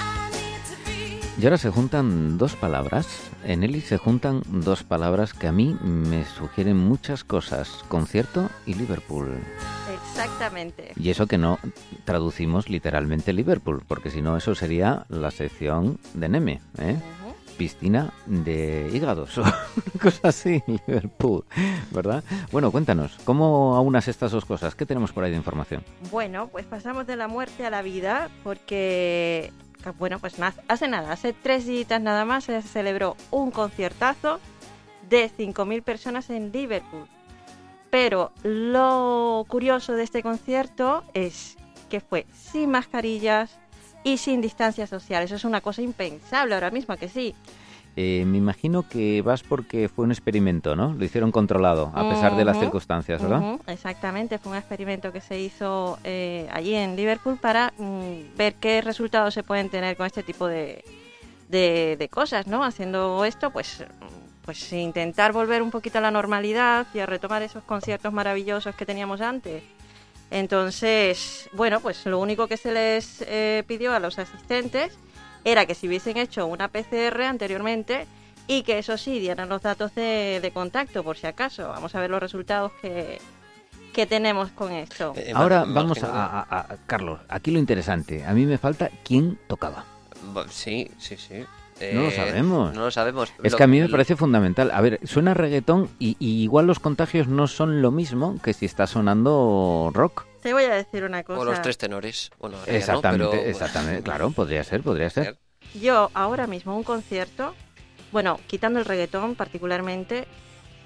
Speaker 5: I need to be.
Speaker 1: Y ahora se juntan dos palabras. En Eli se juntan dos palabras que a mí me sugieren muchas cosas: concierto y Liverpool.
Speaker 6: Exactamente.
Speaker 1: Y eso que no traducimos literalmente Liverpool, porque si no, eso sería la sección de Neme, ¿eh? Piscina de hígados o una cosa así, Liverpool, ¿verdad? Bueno, cuéntanos, ¿cómo aunas estas dos cosas? ¿Qué tenemos por ahí de información?
Speaker 8: Bueno, pues pasamos de la muerte a la vida porque, bueno, pues naz- hace nada, hace tres días nada más se celebró un conciertazo de 5.000 personas en Liverpool. Pero lo curioso de este concierto es que fue sin mascarillas y sin distancia social. Eso es una cosa impensable ahora mismo, ¿a que sí.
Speaker 1: Eh, me imagino que vas porque fue un experimento, ¿no? Lo hicieron controlado, a pesar de las
Speaker 8: Ujú.
Speaker 1: circunstancias, ¿verdad?
Speaker 8: Ujú, exactamente, fue un experimento que se hizo eh, allí en Liverpool para mm, ver qué resultados se pueden tener con este tipo de, de- de cosas, ¿no? Haciendo esto, pues, mm, pues intentar volver un poquito a la normalidad y a retomar esos conciertos maravillosos que teníamos antes. Entonces, bueno, pues lo único que se les eh, pidió a los asistentes era que si hubiesen hecho una PCR anteriormente y que eso sí dieran los datos de, de contacto por si acaso. Vamos a ver los resultados que, que tenemos con esto.
Speaker 2: Eh,
Speaker 1: Ahora
Speaker 2: más- más
Speaker 1: vamos
Speaker 2: que
Speaker 1: a,
Speaker 2: nada.
Speaker 1: a- a- a- Carlos, aquí lo interesante. A mí me falta quién tocaba.
Speaker 2: Ba- Sí, sí, sí.
Speaker 1: No lo sabemos.
Speaker 2: Eh, No lo sabemos.
Speaker 1: Es
Speaker 2: Lo-
Speaker 1: que a mí me
Speaker 2: lo-
Speaker 1: parece fundamental. A ver, suena reggaetón y, y igual los contagios no son lo mismo que si está sonando rock.
Speaker 8: Te voy a decir una cosa.
Speaker 2: O los tres tenores. Bueno, ahora ya no,
Speaker 1: Exactamente,
Speaker 2: pero- pues,
Speaker 1: exactamente. Claro, podría ser, podría ser.
Speaker 8: Yo ahora mismo un concierto, bueno, quitando el reggaetón particularmente,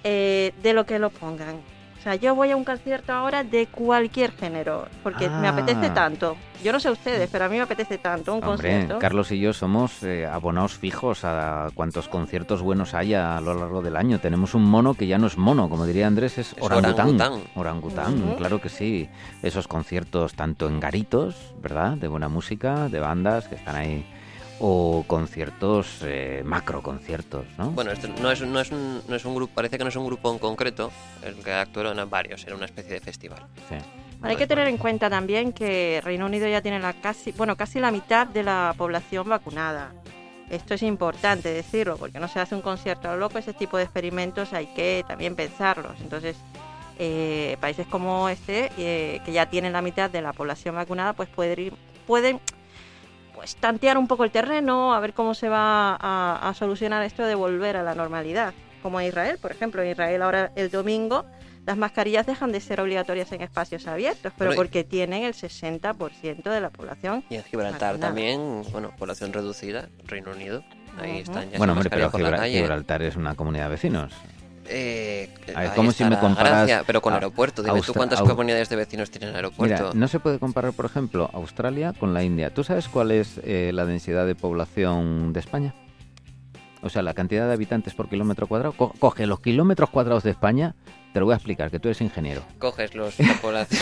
Speaker 8: eh, de lo que lo pongan. O sea, yo voy a un concierto ahora de cualquier género, porque me
Speaker 1: Ah.
Speaker 8: apetece tanto. Yo no sé ustedes, pero a mí me apetece tanto un
Speaker 1: Hombre,
Speaker 8: concierto.
Speaker 1: Carlos y yo somos eh, abonados fijos a cuantos conciertos buenos haya a lo largo del año. Tenemos un mono que ya no es mono, como diría Andrés, es,
Speaker 2: Es
Speaker 1: orangután.
Speaker 2: orangután.
Speaker 1: Orangután,
Speaker 8: Ujú.
Speaker 1: claro que sí. Esos conciertos tanto en garitos, ¿verdad? De buena música, de bandas que están ahí. O conciertos, eh, macro conciertos, ¿no?
Speaker 2: Bueno, este no es, no, es un, no es un grupo, parece que no es un grupo en concreto, el que actuaron en varios, era una especie de festival.
Speaker 1: Sí.
Speaker 8: Hay
Speaker 1: pues,
Speaker 8: que tener en cuenta también que Reino Unido ya tiene la casi, bueno, casi la mitad de la población vacunada. Esto es importante decirlo, porque no se hace un concierto a lo loco, ese tipo de experimentos hay que también pensarlos. Entonces, eh, países como este, eh, que ya tienen la mitad de la población vacunada, pues pueden ir- pueden pues tantear un poco el terreno, a ver cómo se va a, a solucionar esto de volver a la normalidad. Como en Israel, por ejemplo, en Israel ahora el domingo las mascarillas dejan de ser obligatorias en espacios abiertos, pero
Speaker 2: Bueno, y-
Speaker 8: porque tienen el 60% de la población.
Speaker 2: Y en Gibraltar
Speaker 8: Vacunada.
Speaker 2: también, bueno, población reducida, Reino Unido. Ahí
Speaker 8: Ujú.
Speaker 2: están ya sin
Speaker 1: Bueno,
Speaker 2: mascarilla
Speaker 1: hombre, pero
Speaker 2: por la
Speaker 1: Gibral-
Speaker 2: calle.
Speaker 1: Gibraltar es una comunidad de vecinos.
Speaker 2: Eh,
Speaker 1: A ver,
Speaker 2: ahí
Speaker 1: ¿cómo si
Speaker 2: está
Speaker 1: me
Speaker 2: la
Speaker 1: comparas
Speaker 2: gracia, pero con
Speaker 1: a-
Speaker 2: aeropuerto, dime
Speaker 1: Austra-
Speaker 2: tú cuántas
Speaker 1: Au-
Speaker 2: comunidades de vecinos tienen
Speaker 1: Mira,
Speaker 2: aeropuerto.
Speaker 1: no se puede comparar, por ejemplo, Australia con la India. ¿Tú sabes cuál es eh, la densidad de población de España? O sea, la cantidad de habitantes por kilómetro cuadrado. Co- coge los kilómetros cuadrados de España, te lo voy a explicar, que tú eres ingeniero.
Speaker 2: Coges los la población.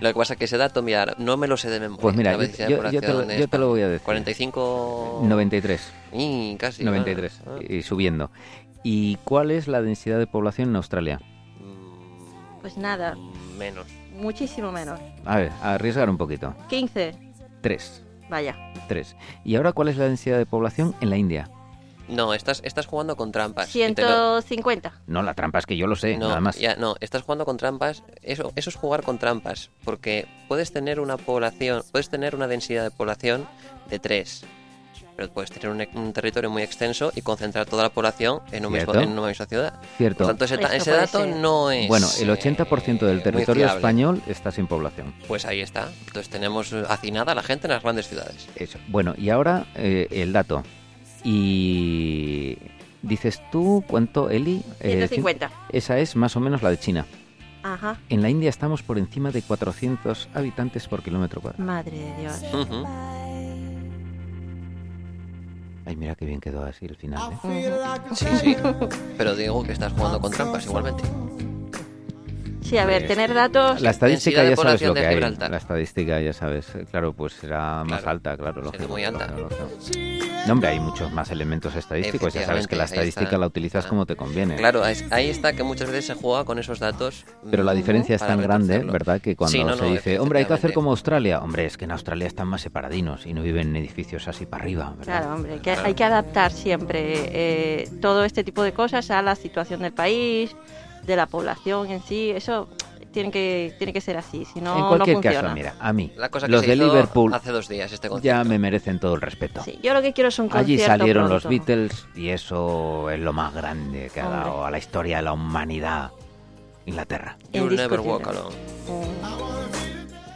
Speaker 2: lo que pasa es que ese dato, mira, no me lo sé de memoria.
Speaker 1: Pues mira,
Speaker 2: la
Speaker 1: yo,
Speaker 2: densidad de
Speaker 1: yo- yo te,
Speaker 2: población
Speaker 1: lo,
Speaker 2: de
Speaker 1: yo te lo voy a decir.
Speaker 2: 45...
Speaker 1: 93.
Speaker 2: Y casi.
Speaker 1: 93.
Speaker 2: bueno, ah,
Speaker 1: Y subiendo. ¿Y cuál es la densidad de población en Australia?
Speaker 2: mm,
Speaker 8: Pues nada.
Speaker 2: Menos.
Speaker 8: Muchísimo menos.
Speaker 1: A ver, a arriesgar un poquito.
Speaker 8: 15,
Speaker 1: 3.
Speaker 8: vaya.
Speaker 1: 3. ¿Y ahora cuál es la densidad de población en la India?
Speaker 2: No, estás, estás jugando con trampas. y te lo-
Speaker 8: 150.
Speaker 1: No, la trampa es que yo lo sé,
Speaker 2: No,
Speaker 1: nada más.
Speaker 2: ya, no, estás jugando con trampas. Eso, eso es jugar con trampas. Porque puedes tener una población, puedes tener una densidad de población de 3. Pero puedes tener un, un territorio muy extenso y concentrar toda la población en, un mismo-
Speaker 1: Cierto.
Speaker 2: en una misma ciudad. Por
Speaker 1: Cierto.
Speaker 2: tanto, ese, ta-
Speaker 8: Esto
Speaker 2: ese
Speaker 8: puede
Speaker 2: dato
Speaker 8: ser.
Speaker 2: no es.
Speaker 1: Bueno, el
Speaker 2: eh,
Speaker 1: 80% del
Speaker 2: muy
Speaker 1: territorio
Speaker 2: fiable.
Speaker 1: español está sin población.
Speaker 2: Pues ahí está. Entonces tenemos eh, hacinada a la gente en las grandes ciudades.
Speaker 1: Eso. Bueno, y ahora eh, el dato. Y dices tú, ¿cuánto, Eli? Eh,
Speaker 8: 150.
Speaker 1: esa es más o menos la de China.
Speaker 8: Ajá.
Speaker 1: En la India estamos por encima de 400 habitantes por kilómetro cuadrado.
Speaker 8: Madre de Dios.
Speaker 2: Ujú.
Speaker 1: Ay, mira qué bien quedó así el final. ¿eh?
Speaker 2: Sí, sí. Pero digo que estás jugando con trampas igualmente.
Speaker 8: Sí, a ver, tener datos.
Speaker 1: La estadística
Speaker 2: densidad de
Speaker 1: ya sabes lo
Speaker 2: población
Speaker 1: que
Speaker 2: de
Speaker 1: hay.
Speaker 2: Gibraltar.
Speaker 1: La estadística ya sabes, eh, claro, pues será más
Speaker 2: Claro,
Speaker 1: alta, claro.
Speaker 2: será
Speaker 1: lógico,
Speaker 2: muy alta.
Speaker 1: lógico, lógico. No, hombre, hay muchos más elementos estadísticos. Ya sabes que la
Speaker 2: Efectivamente, ahí
Speaker 1: estadística
Speaker 2: está.
Speaker 1: la utilizas
Speaker 2: Ah.
Speaker 1: como te conviene.
Speaker 2: Claro, es- ahí está que muchas veces se juega con esos datos.
Speaker 1: Pero la
Speaker 2: mm,
Speaker 1: diferencia es
Speaker 2: para
Speaker 1: tan grande,
Speaker 2: retorcerlo.
Speaker 1: ¿verdad? Que cuando
Speaker 2: Sí, no,
Speaker 1: se
Speaker 2: no,
Speaker 1: dice, hombre, hay que hacer
Speaker 2: efectivamente.
Speaker 1: como Australia. Hombre, es que en Australia están más separadinos y no viven en edificios así para arriba. ¿verdad?
Speaker 8: Claro, hombre, que hay que adaptar siempre eh, todo este tipo de cosas a la situación del país, de la población en sí. Eso tiene que, tiene que ser así, si no,
Speaker 1: en cualquier
Speaker 8: no funciona.
Speaker 1: caso, mira, a mí,
Speaker 2: La cosa que
Speaker 1: los
Speaker 2: se
Speaker 1: de
Speaker 2: hizo
Speaker 1: Liverpool
Speaker 2: hace dos días este concepto.
Speaker 1: ya me merecen todo el respeto.
Speaker 8: Sí, yo lo que quiero es un concierto
Speaker 1: Allí salieron los
Speaker 8: pronto.
Speaker 1: Beatles y eso es lo más grande que ha
Speaker 8: Hombre.
Speaker 1: dado a la historia de la humanidad. Inglaterra.
Speaker 2: You'll never walk
Speaker 8: Indiscutible.
Speaker 2: alone. Ah,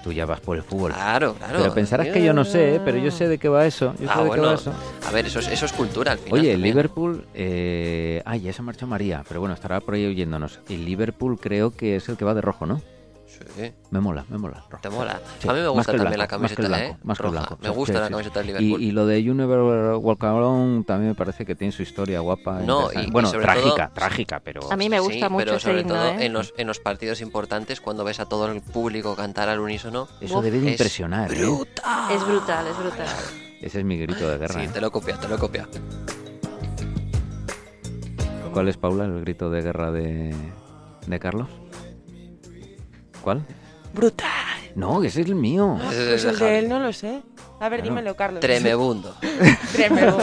Speaker 1: Tú ya vas por el fútbol.
Speaker 2: Claro, claro.
Speaker 1: pero pensarás que yo no sé, ¿eh? pero yo sé de qué va eso. Yo sé
Speaker 2: Ah,
Speaker 1: de qué
Speaker 2: bueno.
Speaker 1: va eso.
Speaker 2: A ver, eso es, eso es cultura al final.
Speaker 1: Oye, el
Speaker 2: también.
Speaker 1: Liverpool. Eh... Ay, ya se marchó María, pero bueno, estará por ahí oyéndonos. El Liverpool creo que es el que va de rojo, ¿no?
Speaker 2: Sí,
Speaker 1: Me mola, me mola. rojo.
Speaker 2: te mola.
Speaker 1: Sí,
Speaker 2: a mí me
Speaker 1: más
Speaker 2: gusta
Speaker 1: que el
Speaker 2: también la
Speaker 1: blanco, más que
Speaker 2: camiseta,
Speaker 1: el blanco,
Speaker 2: ¿eh?
Speaker 1: Más que el
Speaker 2: Roja.
Speaker 1: blanco.
Speaker 2: Me
Speaker 1: Sí,
Speaker 2: gusta
Speaker 1: sí,
Speaker 2: la
Speaker 1: sí.
Speaker 2: camiseta del
Speaker 1: Y-
Speaker 2: Liverpool.
Speaker 1: Y, lo de Univer Walk Alone también me parece que tiene su historia guapa. e
Speaker 2: No,
Speaker 1: interesante.
Speaker 2: y- y
Speaker 1: bueno,
Speaker 2: sobre
Speaker 1: trágica,
Speaker 2: todo-
Speaker 1: trágica, pero.
Speaker 8: A mí me gusta
Speaker 2: Sí,
Speaker 8: mucho
Speaker 2: pero
Speaker 8: ese
Speaker 2: sobre
Speaker 8: himno,
Speaker 2: todo
Speaker 8: ¿eh?
Speaker 2: en los en los partidos importantes cuando ves a todo el público cantar al unísono
Speaker 1: Eso debe de
Speaker 2: es
Speaker 1: impresionar. ¿eh?
Speaker 2: brutal
Speaker 8: Es brutal, es brutal.
Speaker 1: Ese es mi grito de guerra.
Speaker 2: sí
Speaker 1: ¿eh?
Speaker 2: te lo copia te lo copia
Speaker 1: ¿Cuál es, Paula, el grito de guerra de, de Carlos? ¿Cuál?
Speaker 9: Brutal.
Speaker 1: No, ese es el mío.
Speaker 2: Ese
Speaker 9: Pues
Speaker 2: es de
Speaker 9: el
Speaker 2: Javi.
Speaker 9: de él no lo sé. A ver,
Speaker 1: Claro.
Speaker 9: dímelo, Carlos.
Speaker 2: tremebundo
Speaker 9: Tremendo.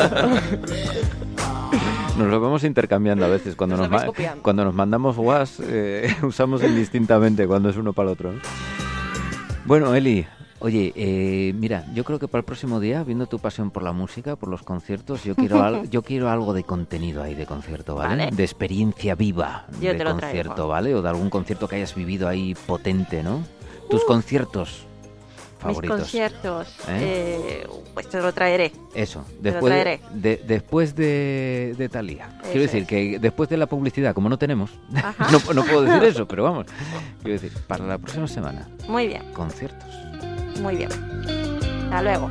Speaker 1: Nos lo vamos intercambiando a veces. Cuando nos,
Speaker 9: Nos lo vais
Speaker 1: ma-
Speaker 9: copiando.
Speaker 1: cuando nos mandamos WhatsApp, eh, usamos indistintamente cuando es uno para el otro. Bueno, Eli, oye, eh, mira, yo creo que para el próximo día, viendo tu pasión por la música, por los conciertos, yo quiero, al- yo quiero algo de contenido ahí de concierto, ¿vale?
Speaker 8: Vale.
Speaker 1: De experiencia viva
Speaker 8: Yo
Speaker 1: de
Speaker 8: te lo traigo.
Speaker 1: concierto, ¿vale? O de algún concierto que hayas vivido ahí potente, ¿no? Tus conciertos favoritos.
Speaker 8: Uh. Mis conciertos,
Speaker 1: ¿Eh?
Speaker 8: eh, pues te lo traeré.
Speaker 1: Eso,
Speaker 8: lo
Speaker 1: después de,
Speaker 8: traeré.
Speaker 1: de- después de, de Thalía. Quiero
Speaker 8: Eso
Speaker 1: decir
Speaker 8: es.
Speaker 1: que después de la publicidad, como no tenemos,
Speaker 8: Ajá.
Speaker 1: no, no puedo decir eso, pero vamos. Quiero decir, para la próxima semana,
Speaker 8: Muy bien,
Speaker 1: conciertos.
Speaker 8: muy bien. Hasta luego.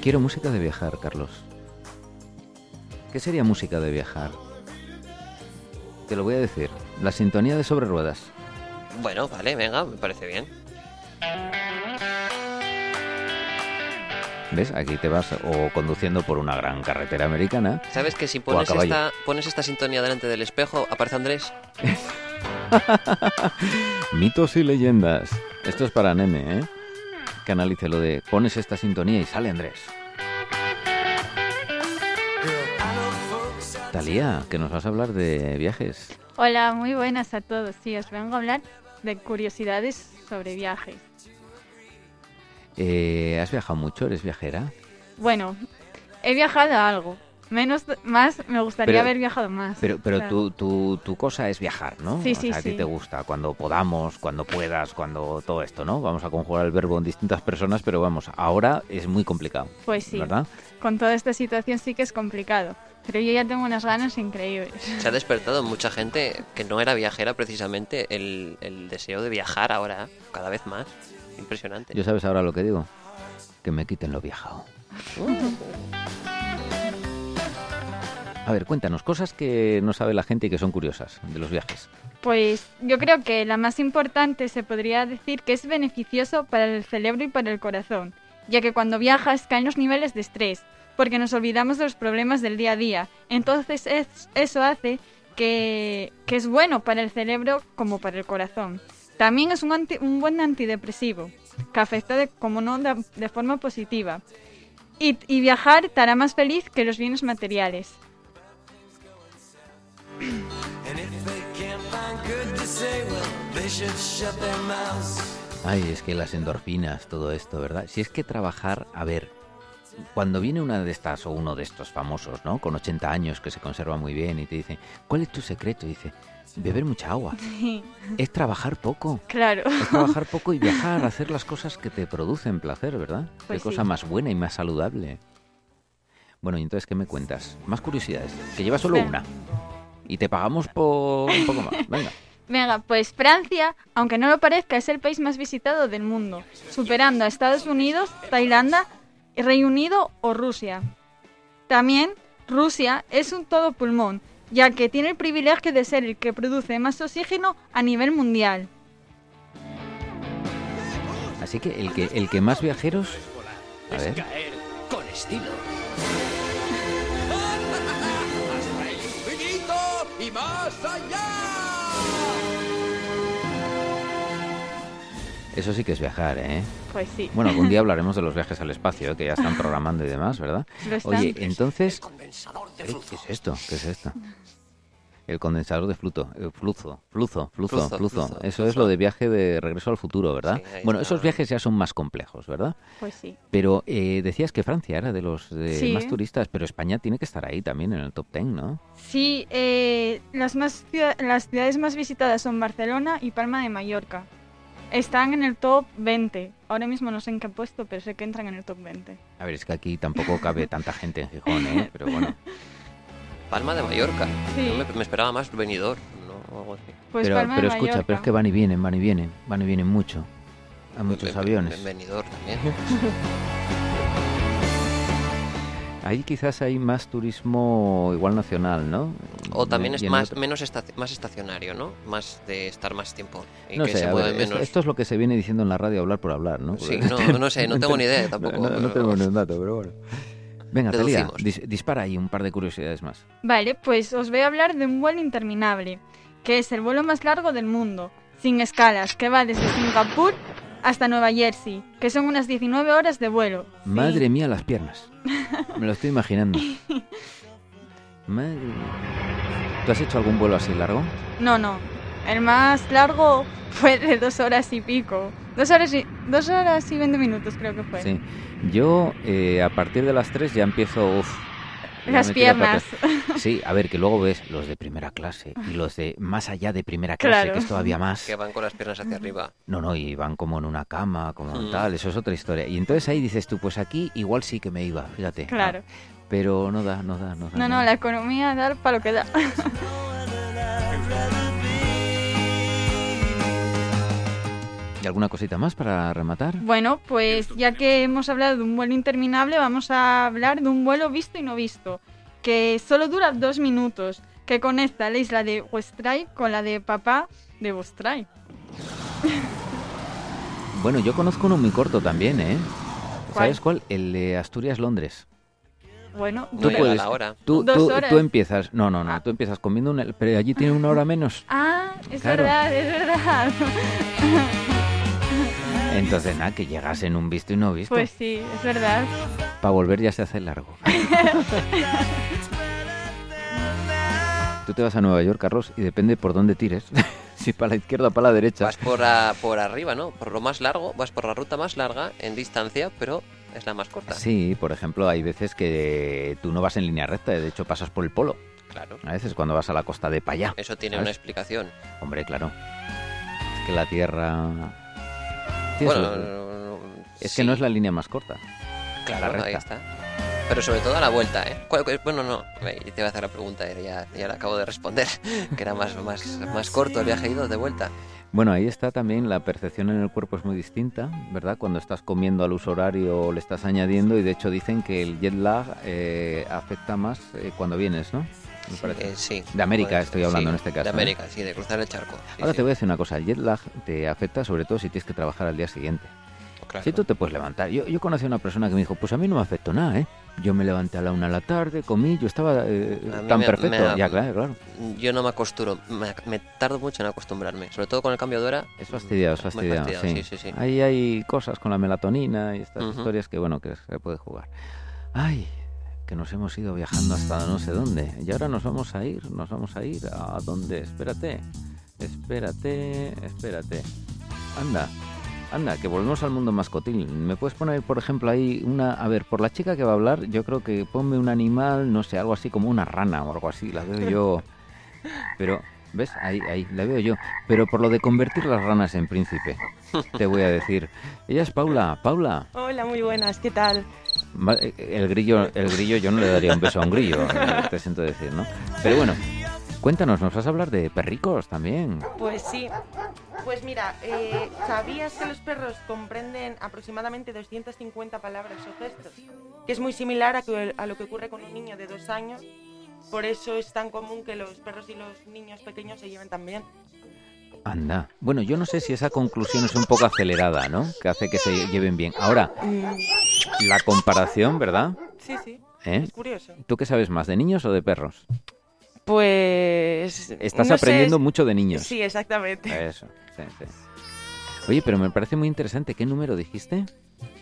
Speaker 1: Quiero música de viajar, Carlos. ¿Qué sería música de viajar? Te lo voy a decir. La sintonía de sobre ruedas.
Speaker 2: bueno vale venga me parece bien
Speaker 1: ¿Ves? Aquí te vas o conduciendo por una gran carretera americana.
Speaker 2: sabes que si
Speaker 1: a
Speaker 2: pones
Speaker 1: caballo.
Speaker 2: esta pones esta sintonía delante del espejo aparece Andrés
Speaker 1: Mitos y leyendas. Esto es para Neme, ¿eh? que analice lo de pones esta sintonía y sale Andrés. Talía, que nos vas a hablar de viajes.
Speaker 10: Hola, muy buenas a todos. Sí, os vengo a hablar de curiosidades sobre viajes.
Speaker 1: Eh, ¿Has viajado mucho? ¿Eres viajera?
Speaker 10: Bueno, he viajado algo. Menos, más, me gustaría
Speaker 1: Pero-
Speaker 10: haber viajado más.
Speaker 1: Pero, pero
Speaker 10: Claro.
Speaker 1: tu, tu- tu cosa es viajar, ¿no?
Speaker 10: Sí,
Speaker 1: o
Speaker 10: sí,
Speaker 1: sea, a ti
Speaker 10: sí.
Speaker 1: te gusta, cuando podamos, cuando puedas, cuando todo esto, ¿no? Vamos a conjugar el verbo en distintas personas, pero vamos, ahora es muy complicado.
Speaker 10: Pues sí.
Speaker 1: ¿Verdad?
Speaker 10: Con toda esta situación sí que es complicado. Pero yo ya tengo unas ganas increíbles.
Speaker 2: Se ha despertado mucha gente que no era viajera precisamente el, el deseo de viajar ahora cada vez más. Impresionante.
Speaker 1: Yo sabes ahora lo que digo. Que me quiten lo viajado.
Speaker 2: Uh,
Speaker 1: A ver, cuéntanos cosas que no sabe la gente y que son curiosas de los viajes.
Speaker 10: Pues yo creo que la más importante se podría decir que es beneficioso para el cerebro y para el corazón, ya que cuando viajas caen los niveles de estrés, porque nos olvidamos de los problemas del día a día. Entonces es- eso hace que, que es bueno para el cerebro como para el corazón. También es un, anti- un buen antidepresivo, que afecta, de, como no, de, de forma positiva. Y, y viajar te hará más feliz que los bienes materiales.
Speaker 1: Ay, es que las endorfinas, todo esto, ¿verdad? Si es que trabajar, a ver, cuando viene una de estas o uno de estos famosos, ¿no? Con 80 años que se conserva muy bien y te dice, ¿cuál es tu secreto? Y dice, beber mucha agua. Es trabajar poco.
Speaker 10: claro.
Speaker 1: Es trabajar poco y viajar, hacer las cosas que te producen placer, ¿verdad?
Speaker 10: Pues
Speaker 1: Qué cosa
Speaker 10: sí.
Speaker 1: más buena y más saludable. Bueno, y entonces, ¿qué me cuentas? Más curiosidades, que lleva solo
Speaker 10: Espera.
Speaker 1: una. Y te pagamos por un poco más. Venga.
Speaker 10: Venga, pues Francia, aunque no lo parezca, es el país más visitado del mundo, superando a Estados Unidos, Tailandia, Reino Unido o Rusia. También Rusia es un todo pulmón, ya que tiene el privilegio de ser el que produce más oxígeno a nivel mundial.
Speaker 1: Así que el que, el que más viajeros... A ver.
Speaker 2: Con estilo.
Speaker 1: Eso sí que es viajar, ¿eh?
Speaker 10: Pues sí.
Speaker 1: Bueno, algún día hablaremos de los viajes al espacio, ¿eh? que ya están programando y demás, ¿verdad?
Speaker 10: Lo están.
Speaker 1: Oye, entonces... Ey, ¿Qué es esto? ¿Qué es esto? El condensador de fluto, eh, fluzo, fluzo, fluzo,
Speaker 2: Fluzo,
Speaker 1: fluzo.
Speaker 2: fluzo,
Speaker 1: Eso es lo de viaje de regreso al futuro, ¿verdad?
Speaker 2: Sí, ahí
Speaker 1: bueno,
Speaker 2: está.
Speaker 1: esos viajes ya son más complejos, ¿verdad?
Speaker 10: Pues sí.
Speaker 1: Pero eh, decías que Francia era de los de
Speaker 10: Sí.
Speaker 1: más turistas, pero España tiene que estar ahí también en el top 10, ¿no?
Speaker 10: Sí, eh, las, más ciudad- las ciudades más visitadas son Barcelona y Palma de Mallorca. Están en el top 20. Ahora mismo no sé en qué puesto, pero sé que entran en el top 20.
Speaker 1: A ver, es que aquí tampoco cabe tanta gente en Gijón, ¿eh? Pero bueno.
Speaker 2: Palma de Mallorca.
Speaker 10: Sí.
Speaker 2: No me, me esperaba más venidor. No, algo así.
Speaker 10: Pues
Speaker 1: pero
Speaker 10: Palma de
Speaker 1: pero escucha, pero es
Speaker 10: Mallorca.
Speaker 1: que van y vienen, van y vienen, van y vienen mucho. Hay muchos
Speaker 2: Ven-
Speaker 1: aviones.
Speaker 2: ven- Benidorm también.
Speaker 1: Ahí quizás hay más turismo igual nacional, ¿no?
Speaker 2: O también
Speaker 1: Y
Speaker 2: es
Speaker 1: en
Speaker 2: más,
Speaker 1: otro-
Speaker 2: menos estaci- más estacionario, ¿no? Más de estar más tiempo. Y
Speaker 1: No
Speaker 2: que
Speaker 1: sé,
Speaker 2: se
Speaker 1: a
Speaker 2: mueve
Speaker 1: ver, esto,
Speaker 2: menos.
Speaker 1: esto es lo que se viene diciendo en la radio, hablar por hablar, ¿no?
Speaker 2: Sí, no, no sé, no tengo ni idea tampoco,
Speaker 1: No, no
Speaker 2: pero-
Speaker 1: tengo ni un dato, pero bueno. Venga, Talía,
Speaker 2: Deducimos.
Speaker 1: dis- dispara ahí un par de curiosidades más.
Speaker 10: Vale, pues os voy a hablar de un vuelo interminable, que es el vuelo más largo del mundo, sin escalas, que va desde Singapur hasta Nueva Jersey, que son unas 19 horas de vuelo. Sí.
Speaker 1: Madre mía, las piernas. Me lo estoy imaginando. Madre mía. ¿Tú has hecho algún vuelo así largo?
Speaker 10: No, no. El más largo fue de dos horas y pico. Dos horas y, dos horas y 20 minutos creo que fue.
Speaker 1: Sí. Yo, eh, a partir de las 3 ya empiezo... uf, ya
Speaker 10: Las
Speaker 1: me tiro para
Speaker 10: piernas.
Speaker 1: atrás. Sí, a ver, que luego ves los de primera clase y los de más allá de primera clase,
Speaker 10: Claro.
Speaker 1: que es todavía más.
Speaker 2: Que van con las piernas hacia arriba.
Speaker 1: No, no, y van como en una cama, como
Speaker 2: Mm.
Speaker 1: tal, eso es otra historia. Y entonces ahí dices tú, pues aquí igual sí que me iba, fíjate.
Speaker 10: Claro.
Speaker 1: Ah, pero no da, no da, no da.
Speaker 10: No, no, la economía da para lo que da.
Speaker 1: ¿Y alguna cosita más para rematar?
Speaker 10: Bueno, pues ya que hemos hablado de un vuelo interminable, vamos a hablar de un vuelo visto y no visto, que solo dura dos minutos, que conecta la isla de Westray con la de papá de Westray.
Speaker 1: Bueno, yo conozco uno muy corto también, ¿eh?
Speaker 10: ¿Cuál?
Speaker 1: ¿Sabes cuál? El de Asturias-Londres.
Speaker 10: Bueno,
Speaker 2: Muy
Speaker 1: Tú
Speaker 2: a la
Speaker 1: puedes.
Speaker 2: hora.
Speaker 1: Tú,
Speaker 10: Dos
Speaker 1: tú,
Speaker 10: horas. Ah.
Speaker 1: tú empiezas. No, no, no. Tú empiezas comiendo una. Pero allí tiene una hora menos.
Speaker 10: Ah, es
Speaker 1: Claro.
Speaker 10: verdad, es verdad.
Speaker 1: Entonces, nada, que llegas en un visto y no visto.
Speaker 10: Pues sí, es verdad.
Speaker 1: Para volver ya se hace largo. Tú te vas a Nueva York, Carlos, y depende por dónde tires. si para la izquierda o para la derecha.
Speaker 2: Vas por, a- por arriba, ¿no? Por lo más largo, vas por la ruta más larga en distancia, pero es la más corta.
Speaker 1: Sí, por ejemplo, hay veces que tú no vas en línea recta, de hecho pasas por el polo.
Speaker 2: Claro.
Speaker 1: A veces cuando vas a la costa de Payá.
Speaker 2: Eso tiene
Speaker 1: ¿sabes?
Speaker 2: una explicación.
Speaker 1: Hombre, claro. Es que la Tierra... Tiene
Speaker 2: Bueno,
Speaker 1: su-
Speaker 2: no-
Speaker 1: es que no es la línea más corta. la
Speaker 2: claro,
Speaker 1: recta.
Speaker 2: ahí está. Pero sobre todo a la vuelta, ¿eh? ¿Cuál- cuál- Bueno, no, ve, te voy a hacer la pregunta, eh, ya, ya la acabo de responder, que era más, más, más corto el viaje ido de vuelta.
Speaker 1: Bueno, ahí está también la percepción en el cuerpo es muy distinta, ¿verdad? Cuando estás comiendo al uso horario le estás añadiendo y de hecho dicen que el jet lag eh, afecta más eh, cuando vienes, ¿no? Me parece.
Speaker 2: Eh, sí.
Speaker 1: De América
Speaker 2: Bueno,
Speaker 1: estoy
Speaker 2: sí,
Speaker 1: hablando en este caso.
Speaker 2: De
Speaker 1: ¿eh?
Speaker 2: América, sí, de cruzar el charco. Sí,
Speaker 1: Ahora
Speaker 2: sí.
Speaker 1: te voy a decir una cosa, el jet lag te afecta sobre todo si tienes que trabajar al día siguiente.
Speaker 2: Claro.
Speaker 1: Si tú te puedes levantar. Yo, yo conocí a una persona que me dijo, pues a mí no me afectó nada, ¿eh? Yo me levanté a la una de la tarde, comí, yo estaba eh,
Speaker 2: A mí
Speaker 1: tan
Speaker 2: me-
Speaker 1: perfecto.
Speaker 2: me-
Speaker 1: ya, claro, claro.
Speaker 2: Yo no me acostumbro, me, me tardo mucho en acostumbrarme, sobre todo con el cambio de hora.
Speaker 1: Es fastidiado, es
Speaker 2: muy
Speaker 1: fastidiado, sí.
Speaker 2: sí, sí, sí.
Speaker 1: Ahí hay cosas con la melatonina y estas
Speaker 2: Ujú.
Speaker 1: historias que, bueno, que se puede jugar. Ay, que nos hemos ido viajando hasta no sé dónde. Y ahora nos vamos a ir, nos vamos a ir a dónde. Espérate, espérate, espérate. Anda, anda, que volvemos al mundo mascotil. ¿Me puedes poner, por ejemplo, ahí una... A ver, por la chica que va a hablar, yo creo que ponme un animal, no sé, algo así como una rana o algo así. La veo yo... Pero, ¿ves? Ahí, ahí, la veo yo. Pero por lo de convertir las ranas en príncipe, te voy a decir. Ella es Paula, Paula.
Speaker 9: Hola, muy buenas, ¿qué tal?
Speaker 1: Ma- eh, El grillo, el grillo yo no le daría un beso a un grillo, eh, te siento decir, ¿no? Pero bueno, cuéntanos, nos vas a hablar de perricos también.
Speaker 9: Pues sí. Pues mira, eh, ¿sabías que los perros comprenden aproximadamente 250 palabras o gestos? Que es muy similar a, que- a lo que ocurre con un niño de dos años. Por eso es tan común que los perros y los niños pequeños se lleven tan bien.
Speaker 1: Anda. Bueno, yo no sé si esa conclusión es un poco acelerada, ¿no? Que hace que se lleven bien. Ahora,
Speaker 9: Mm,
Speaker 1: la comparación, ¿verdad?
Speaker 9: Sí, sí.
Speaker 1: ¿Eh?
Speaker 9: Es curioso.
Speaker 1: ¿Tú qué sabes más, de niños o de perros?
Speaker 9: Pues.
Speaker 1: Estás
Speaker 9: no sé,
Speaker 1: aprendiendo
Speaker 9: es-
Speaker 1: mucho de niños.
Speaker 9: Sí, exactamente.
Speaker 1: Eso, sí, sí. Oye, pero me parece muy interesante. ¿Qué número dijiste?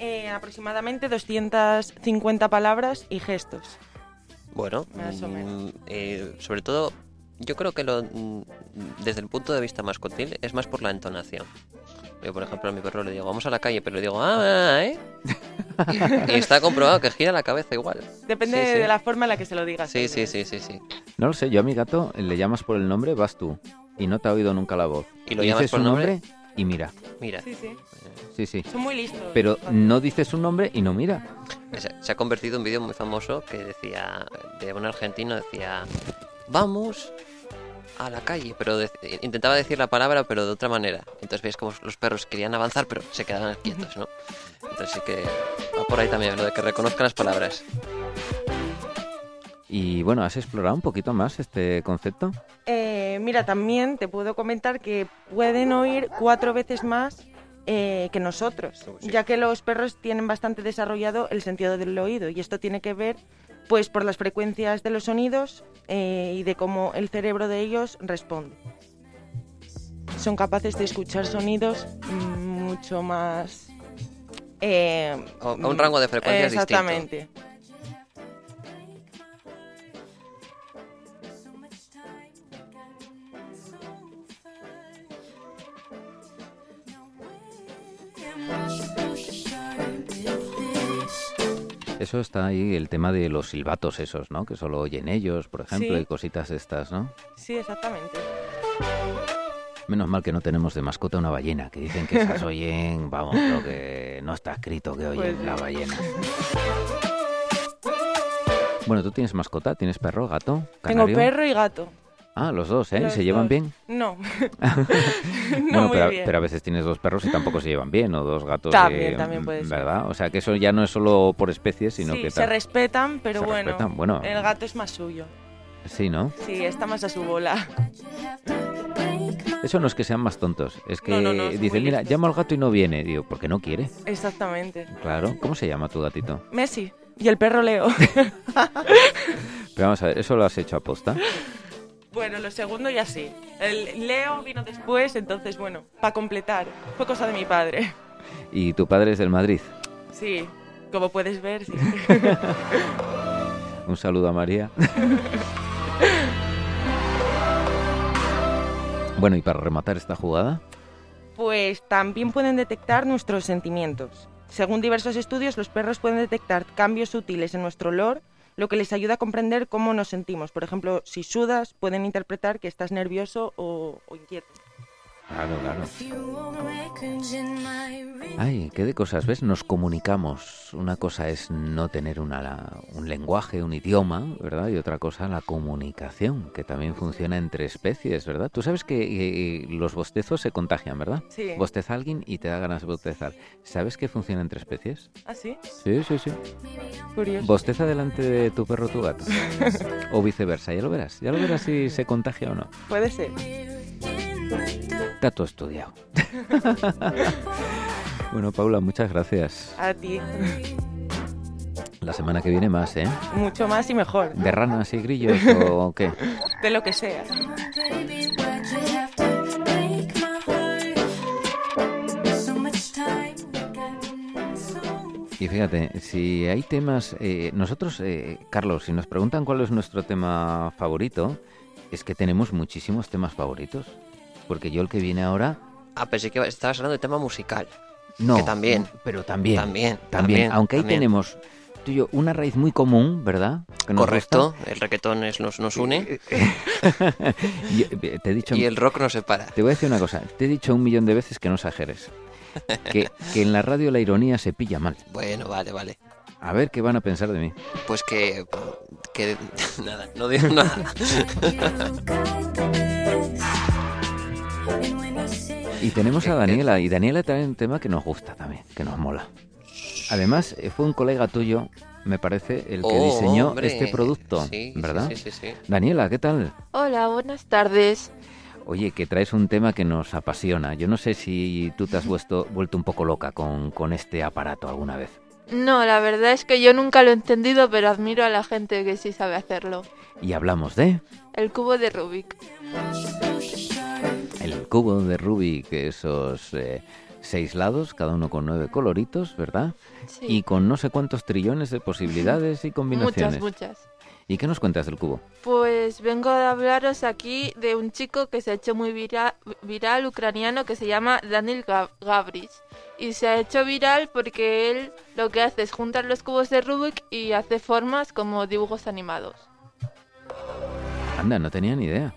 Speaker 9: Eh, aproximadamente 250 palabras y gestos.
Speaker 2: Bueno,
Speaker 9: Más o
Speaker 2: mm,
Speaker 9: menos.
Speaker 2: eh, sobre todo, yo creo que lo, mm, desde el punto de vista mascotil es más por la entonación. Yo, por ejemplo, a mi perro le digo, vamos a la calle, pero le digo, ah, ¿eh? y está comprobado que gira la cabeza igual.
Speaker 9: Depende
Speaker 2: Sí, sí.
Speaker 9: de la forma en la que se lo digas.
Speaker 2: Sí, sí, sí, sí, sí.
Speaker 1: No lo sé, yo a mi gato le llamas por el nombre, vas tú. Y no te ha oído nunca la voz.
Speaker 2: Y lo
Speaker 1: Le
Speaker 2: llamas
Speaker 1: dices
Speaker 2: por
Speaker 1: su
Speaker 2: nombre.
Speaker 1: nombre y mira.
Speaker 2: Mira, Eh,
Speaker 9: Sí, sí.
Speaker 1: Sí, sí.
Speaker 9: Son muy listos.
Speaker 1: Pero no dices su nombre y no mira.
Speaker 2: se, se ha convertido en un vídeo muy famoso que decía, de un argentino, decía, vamos a la calle, pero de- intentaba decir la palabra, pero de otra manera. Entonces veis como los perros querían avanzar, pero se quedaban quietos, ¿no? Entonces sí que va por ahí también, lo de que reconozcan las palabras.
Speaker 1: Y bueno, ¿has explorado un poquito más este concepto?
Speaker 9: Eh, mira, también te puedo comentar que pueden oír cuatro veces más eh, que nosotros, ya que los perros tienen bastante desarrollado el sentido del oído y esto tiene que ver, pues, por las frecuencias de los sonidos eh, y de cómo el cerebro de ellos responde. Son capaces de escuchar sonidos mm, mucho más eh,
Speaker 2: A- a un rango de frecuencias distinto.
Speaker 9: Exactamente.
Speaker 1: Eso está ahí, el tema de los silbatos esos, ¿no? Que solo oyen ellos, por ejemplo,
Speaker 9: Sí.
Speaker 1: y cositas estas, ¿no?
Speaker 9: Sí, exactamente.
Speaker 1: Menos mal que no tenemos de mascota una ballena, que dicen que esas oyen, vamos, lo que no está escrito que oyen
Speaker 9: Pues sí.
Speaker 1: la ballena. Bueno, ¿tú tienes mascota? ¿Tienes perro, gato, canario?
Speaker 9: Tengo perro y gato.
Speaker 1: Ah, los dos, ¿eh?
Speaker 9: Los
Speaker 1: ¿Se llevan
Speaker 9: dos.
Speaker 1: bien?
Speaker 9: No. no
Speaker 1: bueno,
Speaker 9: muy
Speaker 1: pero,
Speaker 9: bien.
Speaker 1: pero a veces tienes dos perros y tampoco se llevan bien, o dos gatos.
Speaker 9: También,
Speaker 1: eh,
Speaker 9: también puede ser.
Speaker 1: ¿Verdad? O sea, que eso ya no es solo por especies, sino
Speaker 9: sí,
Speaker 1: que...
Speaker 9: se
Speaker 1: tal-
Speaker 9: respetan, pero
Speaker 1: Se
Speaker 9: bueno,
Speaker 1: respetan, bueno.
Speaker 9: el gato es más suyo.
Speaker 1: Sí, ¿no?
Speaker 9: Sí, está más a su bola.
Speaker 1: Eso no es que sean más tontos, es que
Speaker 9: No, no, no, son
Speaker 1: dicen,
Speaker 9: muy
Speaker 1: mira,
Speaker 9: listos".
Speaker 1: llamo al gato y no viene. Digo, porque no quiere.
Speaker 9: Exactamente.
Speaker 1: Claro. ¿Cómo se llama tu gatito?
Speaker 9: Messi y el perro Leo.
Speaker 1: Pero vamos a ver, ¿eso lo has hecho a posta?
Speaker 9: bueno, lo segundo ya sí. El Leo vino después, entonces bueno, para completar. Fue cosa de mi padre.
Speaker 1: Y tu padre es del Madrid.
Speaker 9: Sí, como puedes ver, sí.
Speaker 1: Un saludo a María. bueno, y para rematar esta jugada,
Speaker 9: pues también pueden detectar nuestros sentimientos. Según diversos estudios, los perros pueden detectar cambios sutiles en nuestro olor, lo que les ayuda a comprender cómo nos sentimos. Por ejemplo, si sudas, pueden interpretar que estás nervioso o, o inquieto.
Speaker 1: Claro, claro. Ay, qué de cosas, ¿ves? Nos comunicamos. Una cosa es no tener una, la- un lenguaje, un idioma, ¿verdad? Y otra cosa, la comunicación, que también funciona entre especies, ¿verdad? Tú sabes que eh, los bostezos se contagian, ¿verdad?
Speaker 9: Sí.
Speaker 1: Bosteza alguien y te da ganas de bostezar. ¿Sabes que funciona entre especies?
Speaker 9: ¿Ah, sí?
Speaker 1: Sí, sí, sí.
Speaker 9: Curioso.
Speaker 1: Bosteza delante de tu perro o tu gato. o viceversa, ya lo verás. Ya lo verás si se contagia o no.
Speaker 9: Puede ser.
Speaker 1: Está todo estudiado. bueno, Paula, muchas gracias.
Speaker 9: A ti.
Speaker 1: La semana que viene más, ¿eh?
Speaker 9: Mucho más y mejor.
Speaker 1: ¿De ranas y grillos o qué?
Speaker 9: De lo que sea.
Speaker 1: Y fíjate, si hay temas... eh, nosotros, eh, Carlos, si nos preguntan cuál es nuestro tema favorito, es que tenemos muchísimos temas favoritos. Porque yo el que viene ahora...
Speaker 2: Ah, pensé que estabas hablando de tema musical.
Speaker 1: No,
Speaker 2: Que también.
Speaker 1: Pero también.
Speaker 2: También.
Speaker 1: También. Aunque ahí
Speaker 2: también.
Speaker 1: tenemos, tú y yo, una raíz muy común, ¿verdad? Que nos
Speaker 2: Correcto, el reggaetón es- nos, nos une
Speaker 1: gusta. Y, eh, te he dicho...
Speaker 2: y el rock nos separa.
Speaker 1: Te voy a decir una cosa. Te he dicho un millón de veces que no exageres. Que, que en la radio la ironía se pilla mal.
Speaker 2: Bueno, vale, vale.
Speaker 1: A ver qué van a pensar de mí.
Speaker 2: Pues que... que nada, no digo nada.
Speaker 1: Y tenemos a Daniela. Y Daniela trae un tema que nos gusta también, que nos mola. Además, eh, fue un colega tuyo, me parece, el que
Speaker 2: Oh,
Speaker 1: diseñó
Speaker 2: hombre.
Speaker 1: este producto,
Speaker 2: Sí, sí,
Speaker 1: ¿verdad?
Speaker 2: sí, sí, sí.
Speaker 1: Daniela, ¿qué tal?
Speaker 11: Hola, buenas tardes.
Speaker 1: Oye, que traes un tema que nos apasiona. Yo no sé si tú te has vuesto- vuelto un poco loca con, con este aparato alguna vez.
Speaker 11: No, la verdad es que yo nunca lo he entendido, pero admiro a la gente que sí sabe hacerlo.
Speaker 1: Y hablamos de
Speaker 11: El cubo de Rubik.
Speaker 1: el cubo de Rubik, esos eh, seis lados, cada uno con nueve coloritos, ¿verdad?
Speaker 11: Sí.
Speaker 1: Y con no sé cuántos trillones de posibilidades y combinaciones.
Speaker 11: Muchas, muchas.
Speaker 1: ¿Y qué nos cuentas del cubo?
Speaker 11: Pues vengo a hablaros aquí de un chico que se ha hecho muy vira- viral ucraniano que se llama Daniel Ga- Gabrich. Y se ha hecho viral porque él lo que hace es juntar los cubos de Rubik y hace formas como dibujos animados.
Speaker 1: Anda, no tenía ni idea.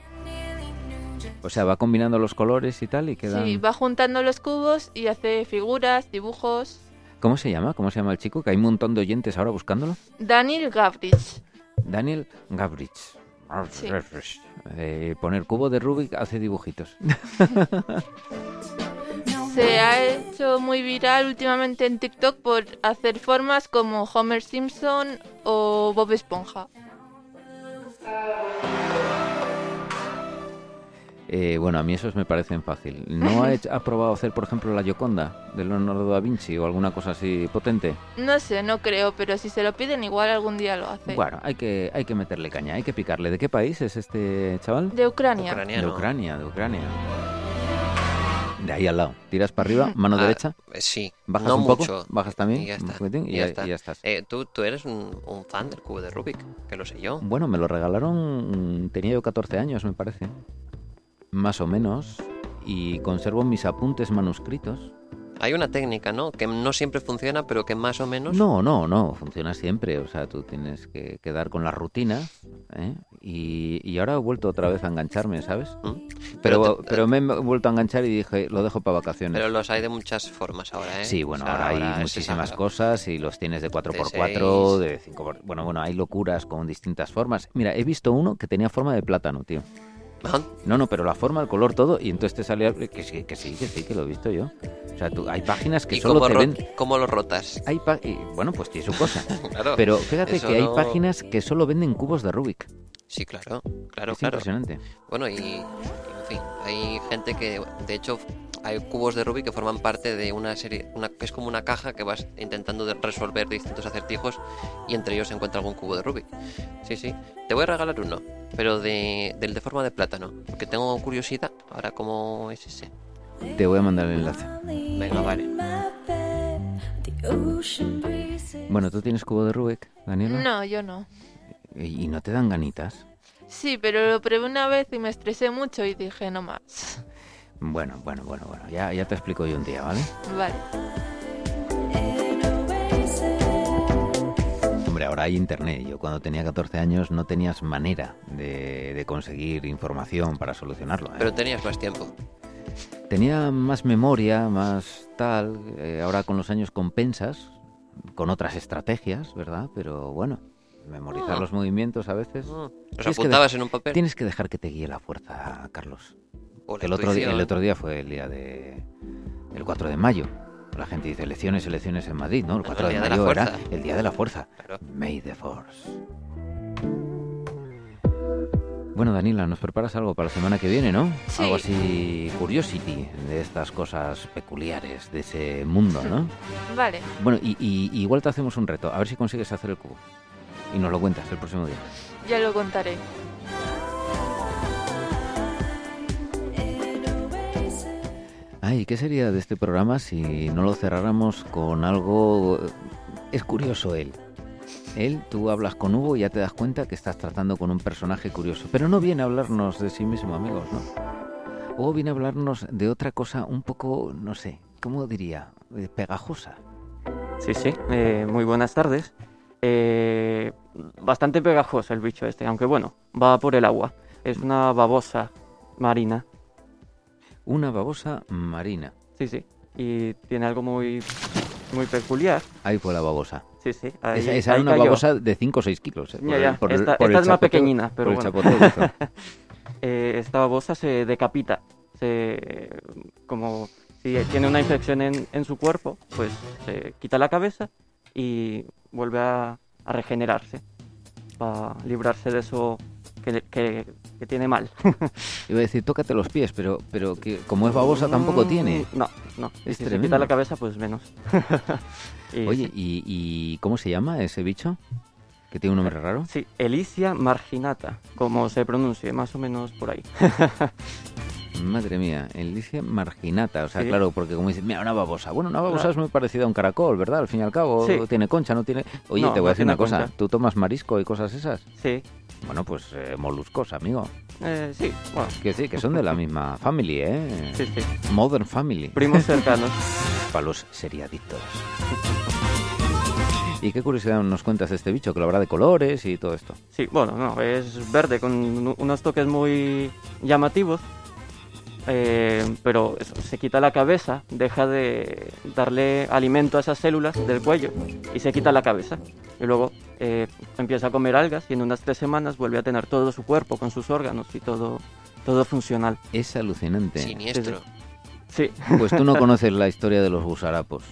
Speaker 1: O sea, va combinando los colores y tal y quedan...
Speaker 11: Sí, va juntando los cubos y hace figuras, dibujos.
Speaker 1: ¿Cómo se llama? ¿Cómo se llama el chico? Que hay un montón de oyentes ahora buscándolo.
Speaker 11: Daniel Gabrich.
Speaker 1: Daniel Gabrich.
Speaker 11: Sí.
Speaker 1: Eh, poner cubo de Rubik hace dibujitos.
Speaker 11: Se ha hecho muy viral últimamente en TikTok por hacer formas como Homer Simpson o Bob Esponja.
Speaker 1: Eh, bueno, a mí esos me parecen fácil. ¿No ha, hecho- ha probado hacer, por ejemplo, la Gioconda de Leonardo da Vinci o alguna cosa así potente?
Speaker 11: No sé, no creo, pero si se lo piden igual algún día lo hace.
Speaker 1: Bueno, hay que, hay que meterle caña, hay que picarle. ¿De qué país es este chaval?
Speaker 11: De Ucrania.
Speaker 1: De Ucrania, de Ucrania. De ahí al lado. Tiras para arriba, mano
Speaker 2: Ah,
Speaker 1: derecha.
Speaker 2: eh, Sí,
Speaker 1: Bajas
Speaker 2: no
Speaker 1: un poco,
Speaker 2: mucho.
Speaker 1: bajas también,
Speaker 2: Y ya
Speaker 1: un
Speaker 2: está.
Speaker 1: poquitín, y
Speaker 2: y ya
Speaker 1: ya-
Speaker 2: está.
Speaker 1: y ya estás.
Speaker 2: Eh, tú, tú eres un, un fan del cubo de Rubik, que lo sé yo.
Speaker 1: Bueno, me lo regalaron, mm, tenía yo 14 años, me parece. Más o menos. Y conservo mis apuntes manuscritos.
Speaker 2: Hay una técnica, ¿no? Que no siempre funciona, pero que más o menos...
Speaker 1: No, no, no, funciona siempre. O sea, tú tienes que quedar con la rutina. ¿eh? Y, y ahora he vuelto otra vez a engancharme, ¿sabes? Pero,
Speaker 2: ¿Mm? Pero
Speaker 1: pero, me he vuelto a enganchar y dije, lo dejo para vacaciones.
Speaker 2: Pero los hay de muchas formas ahora, ¿eh?
Speaker 1: Sí, bueno,
Speaker 2: O sea,
Speaker 1: ahora hay
Speaker 2: es-
Speaker 1: muchísimas cosas y los tienes de 4x4,
Speaker 2: seis.
Speaker 1: de 5 por... Bueno, bueno, hay locuras con distintas formas. Mira, he visto uno que tenía forma de plátano, tío.
Speaker 2: Ajá.
Speaker 1: No, no, pero la forma, el color, todo, y entonces te salía... Que sí, que sí, que sí, que lo he visto yo. O sea, tú- hay páginas que
Speaker 2: ¿Y
Speaker 1: solo
Speaker 2: cómo,
Speaker 1: te
Speaker 2: ro-
Speaker 1: ven...
Speaker 2: cómo lo rotas?
Speaker 1: Hay pa- y, bueno, pues tiene su cosa.
Speaker 2: Claro,
Speaker 1: pero fíjate
Speaker 2: eso
Speaker 1: que hay
Speaker 2: no-
Speaker 1: páginas que solo venden cubos de Rubik.
Speaker 2: Sí, claro, claro,
Speaker 1: es
Speaker 2: claro.
Speaker 1: impresionante.
Speaker 2: Bueno, y, y, en fin, hay gente que, de hecho, hay cubos de Rubik que forman parte de una serie, una, que es como una caja que vas intentando de- resolver distintos acertijos y entre ellos se encuentra algún cubo de Rubik. Sí, sí. Te voy a regalar uno, pero de, del de forma de plátano, porque tengo curiosidad ahora cómo es ese.
Speaker 1: Te voy a mandar el enlace.
Speaker 2: Venga, vale.
Speaker 1: Bueno, ¿tú tienes cubo de Rubik, Daniela?
Speaker 11: No, yo no.
Speaker 1: ¿Y y no te dan ganitas?
Speaker 11: Sí, pero lo probé una vez y me estresé mucho y dije, no más.
Speaker 1: Bueno, bueno, bueno, bueno. Ya, ya te explico yo un día, ¿vale?
Speaker 11: Vale.
Speaker 1: Hombre, ahora hay internet. Yo cuando tenía 14 años no tenías manera de, de conseguir información para solucionarlo. ¿eh?
Speaker 2: Pero tenías más tiempo.
Speaker 1: Tenía más memoria, más tal. eh, ahora con los años compensas con otras estrategias, ¿verdad? Pero bueno, memorizar
Speaker 2: Ah.
Speaker 1: los movimientos a veces.
Speaker 2: Los
Speaker 1: Tienes que
Speaker 2: apuntabas
Speaker 1: dej-
Speaker 2: en un papel.
Speaker 1: Tienes que dejar que te guíe la fuerza, Carlos.
Speaker 2: O la
Speaker 1: Que el, otro día,
Speaker 2: intuición.
Speaker 1: el otro día fue el día de. el 4 de mayo. La gente dice elecciones, elecciones en Madrid, ¿no? El 4 de
Speaker 2: día de la
Speaker 1: mayo era
Speaker 2: fuerza.
Speaker 1: el día de la fuerza.
Speaker 2: Claro.
Speaker 1: May the force. Bueno, Danila, nos preparas algo para la semana que viene, ¿no?
Speaker 11: Sí.
Speaker 1: Algo así, curiosity, de estas cosas peculiares de ese mundo, ¿no?
Speaker 11: Vale.
Speaker 1: Bueno, y, y- y igual te hacemos un reto, a ver si consigues hacer el cubo. Y nos lo cuentas el próximo día.
Speaker 11: Ya lo contaré.
Speaker 1: Ay, ¿qué sería de este programa si no lo cerráramos con algo... Es curioso él. Él, tú hablas con Hugo y ya te das cuenta que estás tratando con un personaje curioso. Pero no viene a hablarnos de sí mismo, amigos, ¿no? Hugo viene a hablarnos de otra cosa un poco, no sé, ¿cómo diría? Eh, Pegajosa.
Speaker 12: Sí, sí, eh, muy buenas tardes. Eh, bastante pegajoso el bicho este, aunque bueno, va por el agua. Es una babosa marina.
Speaker 1: Una babosa marina.
Speaker 12: Sí, sí. Y tiene algo muy, muy peculiar.
Speaker 1: Ahí fue la babosa.
Speaker 12: Sí, sí. ahí-
Speaker 1: esa esa era
Speaker 12: ahí
Speaker 1: una
Speaker 12: cayó.
Speaker 1: babosa de 5 o 6 kilos. eh,
Speaker 12: Ya, ya, Esta,
Speaker 1: por
Speaker 12: esta es más
Speaker 1: chapoteo-
Speaker 12: pequeñina, pero
Speaker 1: por el
Speaker 12: bueno.
Speaker 1: chapoteo que hizo.
Speaker 12: Eh, esta babosa se decapita. Se, como si tiene una infección en, en su cuerpo, pues se quita la cabeza y vuelve a, a regenerarse para librarse de eso que, le- que- que tiene mal.
Speaker 1: Iba a decir, tócate los pies, pero, pero que como es babosa tampoco
Speaker 12: Mm,
Speaker 1: tiene.
Speaker 12: No, no.
Speaker 1: Es
Speaker 12: si se
Speaker 1: tremendo.
Speaker 12: quita la cabeza, pues menos. Y
Speaker 1: Oye,
Speaker 12: sí.
Speaker 1: ¿y, y cómo se llama ese bicho? ¿Que tiene un nombre raro?
Speaker 12: Sí, Elicia marginata, como se pronuncie, más o menos por ahí.
Speaker 1: Madre mía, Elicia marginata. O sea,
Speaker 12: Sí.
Speaker 1: claro, porque como dices, mira, una babosa. Bueno, una babosa es muy parecida a un caracol, ¿verdad? Al fin y al cabo,
Speaker 12: Sí.
Speaker 1: tiene concha, no tiene... Oye,
Speaker 12: No,
Speaker 1: te voy a
Speaker 12: no
Speaker 1: decir una
Speaker 12: tiene
Speaker 1: cosa.
Speaker 12: concha.
Speaker 1: ¿Tú tomas marisco y cosas esas?
Speaker 12: Sí.
Speaker 1: Bueno, pues eh, moluscos, amigo.
Speaker 12: Eh, sí, bueno.
Speaker 1: Que sí, que son de la misma family, ¿eh?
Speaker 12: Sí, sí.
Speaker 1: Modern family.
Speaker 12: Primos cercanos.
Speaker 1: Para los seriadictos. ¿Y qué curiosidad nos cuentas de este bicho? Que lo habrá de colores y todo esto.
Speaker 12: Sí, bueno, no, es verde con un- unos toques muy llamativos. Eh, pero eso, se quita la cabeza, deja de darle alimento a esas células del cuello y se quita la cabeza. Y luego eh, empieza a comer algas y en unas tres semanas vuelve a tener todo su cuerpo con sus órganos y todo, todo funcional.
Speaker 1: Es alucinante.
Speaker 2: Siniestro.
Speaker 12: Sí.
Speaker 1: Pues tú no conoces la historia de los gusarapos.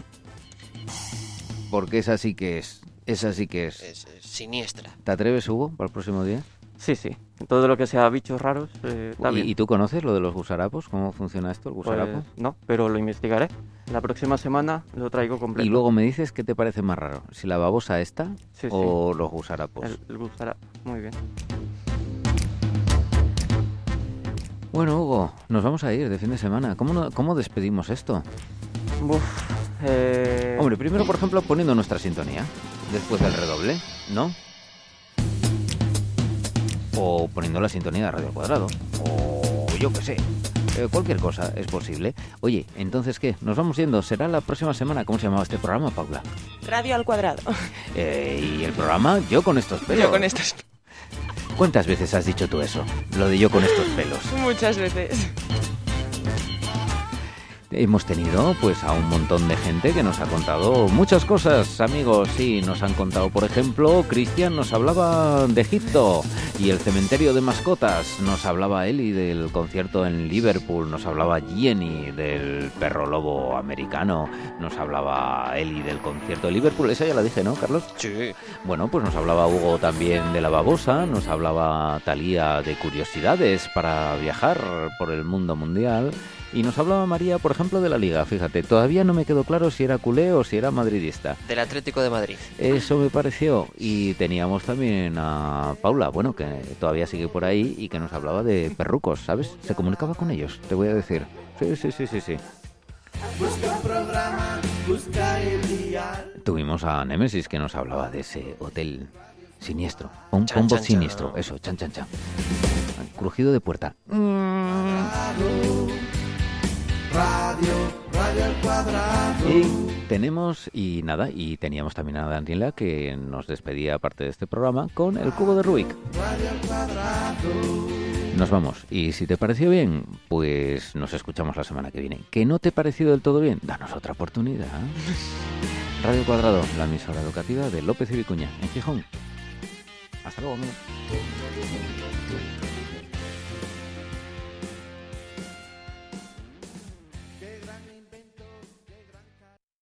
Speaker 1: Porque esa sí que es. Esa sí que es.
Speaker 2: Es, es siniestra.
Speaker 1: ¿Te atreves, Hugo, para el próximo día?
Speaker 12: Sí, sí. Todo lo que sea bichos raros. eh, está
Speaker 1: ¿Y,
Speaker 12: bien.
Speaker 1: y tú conoces lo de los gusarapos? ¿Cómo funciona esto, el
Speaker 12: Pues,
Speaker 1: gusarapo?
Speaker 12: no, pero lo investigaré. La próxima semana lo traigo completo.
Speaker 1: y luego me dices qué te parece más raro, si la babosa esta
Speaker 12: Sí, sí.
Speaker 1: o los gusarapos.
Speaker 12: El, el gustará. Muy bien.
Speaker 1: Bueno, Hugo, nos vamos a ir de fin de semana. ¿Cómo, no- cómo despedimos esto?
Speaker 12: Buf, eh,
Speaker 1: Hombre, primero, por ejemplo, poniendo nuestra sintonía. Después del redoble, ¿no? O poniendo la sintonía de Radio al Cuadrado. O yo qué sé. Eh, cualquier cosa es posible. Oye, entonces, ¿qué? Nos vamos yendo. ¿Será la próxima semana? ¿Cómo se llamaba este programa, Paula?
Speaker 9: Radio al cuadrado.
Speaker 1: Eh, ¿Y el programa? Yo con estos pelos.
Speaker 9: Yo
Speaker 12: este-
Speaker 9: con estas
Speaker 1: ¿Cuántas veces has dicho tú eso? Lo de yo con estos pelos.
Speaker 9: muchas veces.
Speaker 1: Hemos tenido pues a un montón de gente que nos ha contado muchas cosas, amigos. Sí, nos han contado, por ejemplo, Cristian nos hablaba de Egipto y el cementerio de mascotas. Nos hablaba Eli del concierto en Liverpool. Nos hablaba Jenny del perro lobo americano. Nos hablaba Eli del concierto de Liverpool. Esa ya la dije, ¿no, Carlos?
Speaker 2: Sí.
Speaker 1: Bueno, pues nos hablaba Hugo también de la babosa, nos hablaba Talía de curiosidades para viajar por el mundo mundial y nos hablaba María, por ejemplo, de la liga. Fíjate, todavía no me quedó claro si era culé o si era madridista.
Speaker 2: Del Atlético de Madrid.
Speaker 1: Eso me pareció. Y teníamos también a Paula, bueno, que todavía sigue por ahí y que nos hablaba de perrucos, ¿sabes? Se comunicaba con ellos, te voy a decir. Sí, sí, sí, sí, sí.
Speaker 5: Busca el dial.
Speaker 1: Tuvimos a Nemesis que nos hablaba de ese hotel siniestro. Un
Speaker 5: Chan,
Speaker 1: combo
Speaker 5: chan, chan.
Speaker 1: siniestro. Eso, chan, chan, chan. Crujido de puerta.
Speaker 5: Radio, radio al cuadrado.
Speaker 1: Tenemos, y nada, y teníamos también a Daniela que nos despedía parte de este programa con el cubo de Rubik.
Speaker 5: Radio al cuadrado.
Speaker 1: Nos vamos. Y si te pareció bien, pues nos escuchamos la semana que viene. ¿Que no te pareció del todo bien? Danos otra oportunidad. Radio Cuadrado, la emisora educativa de López y Vicuña, en Gijón. Hasta luego, amigos.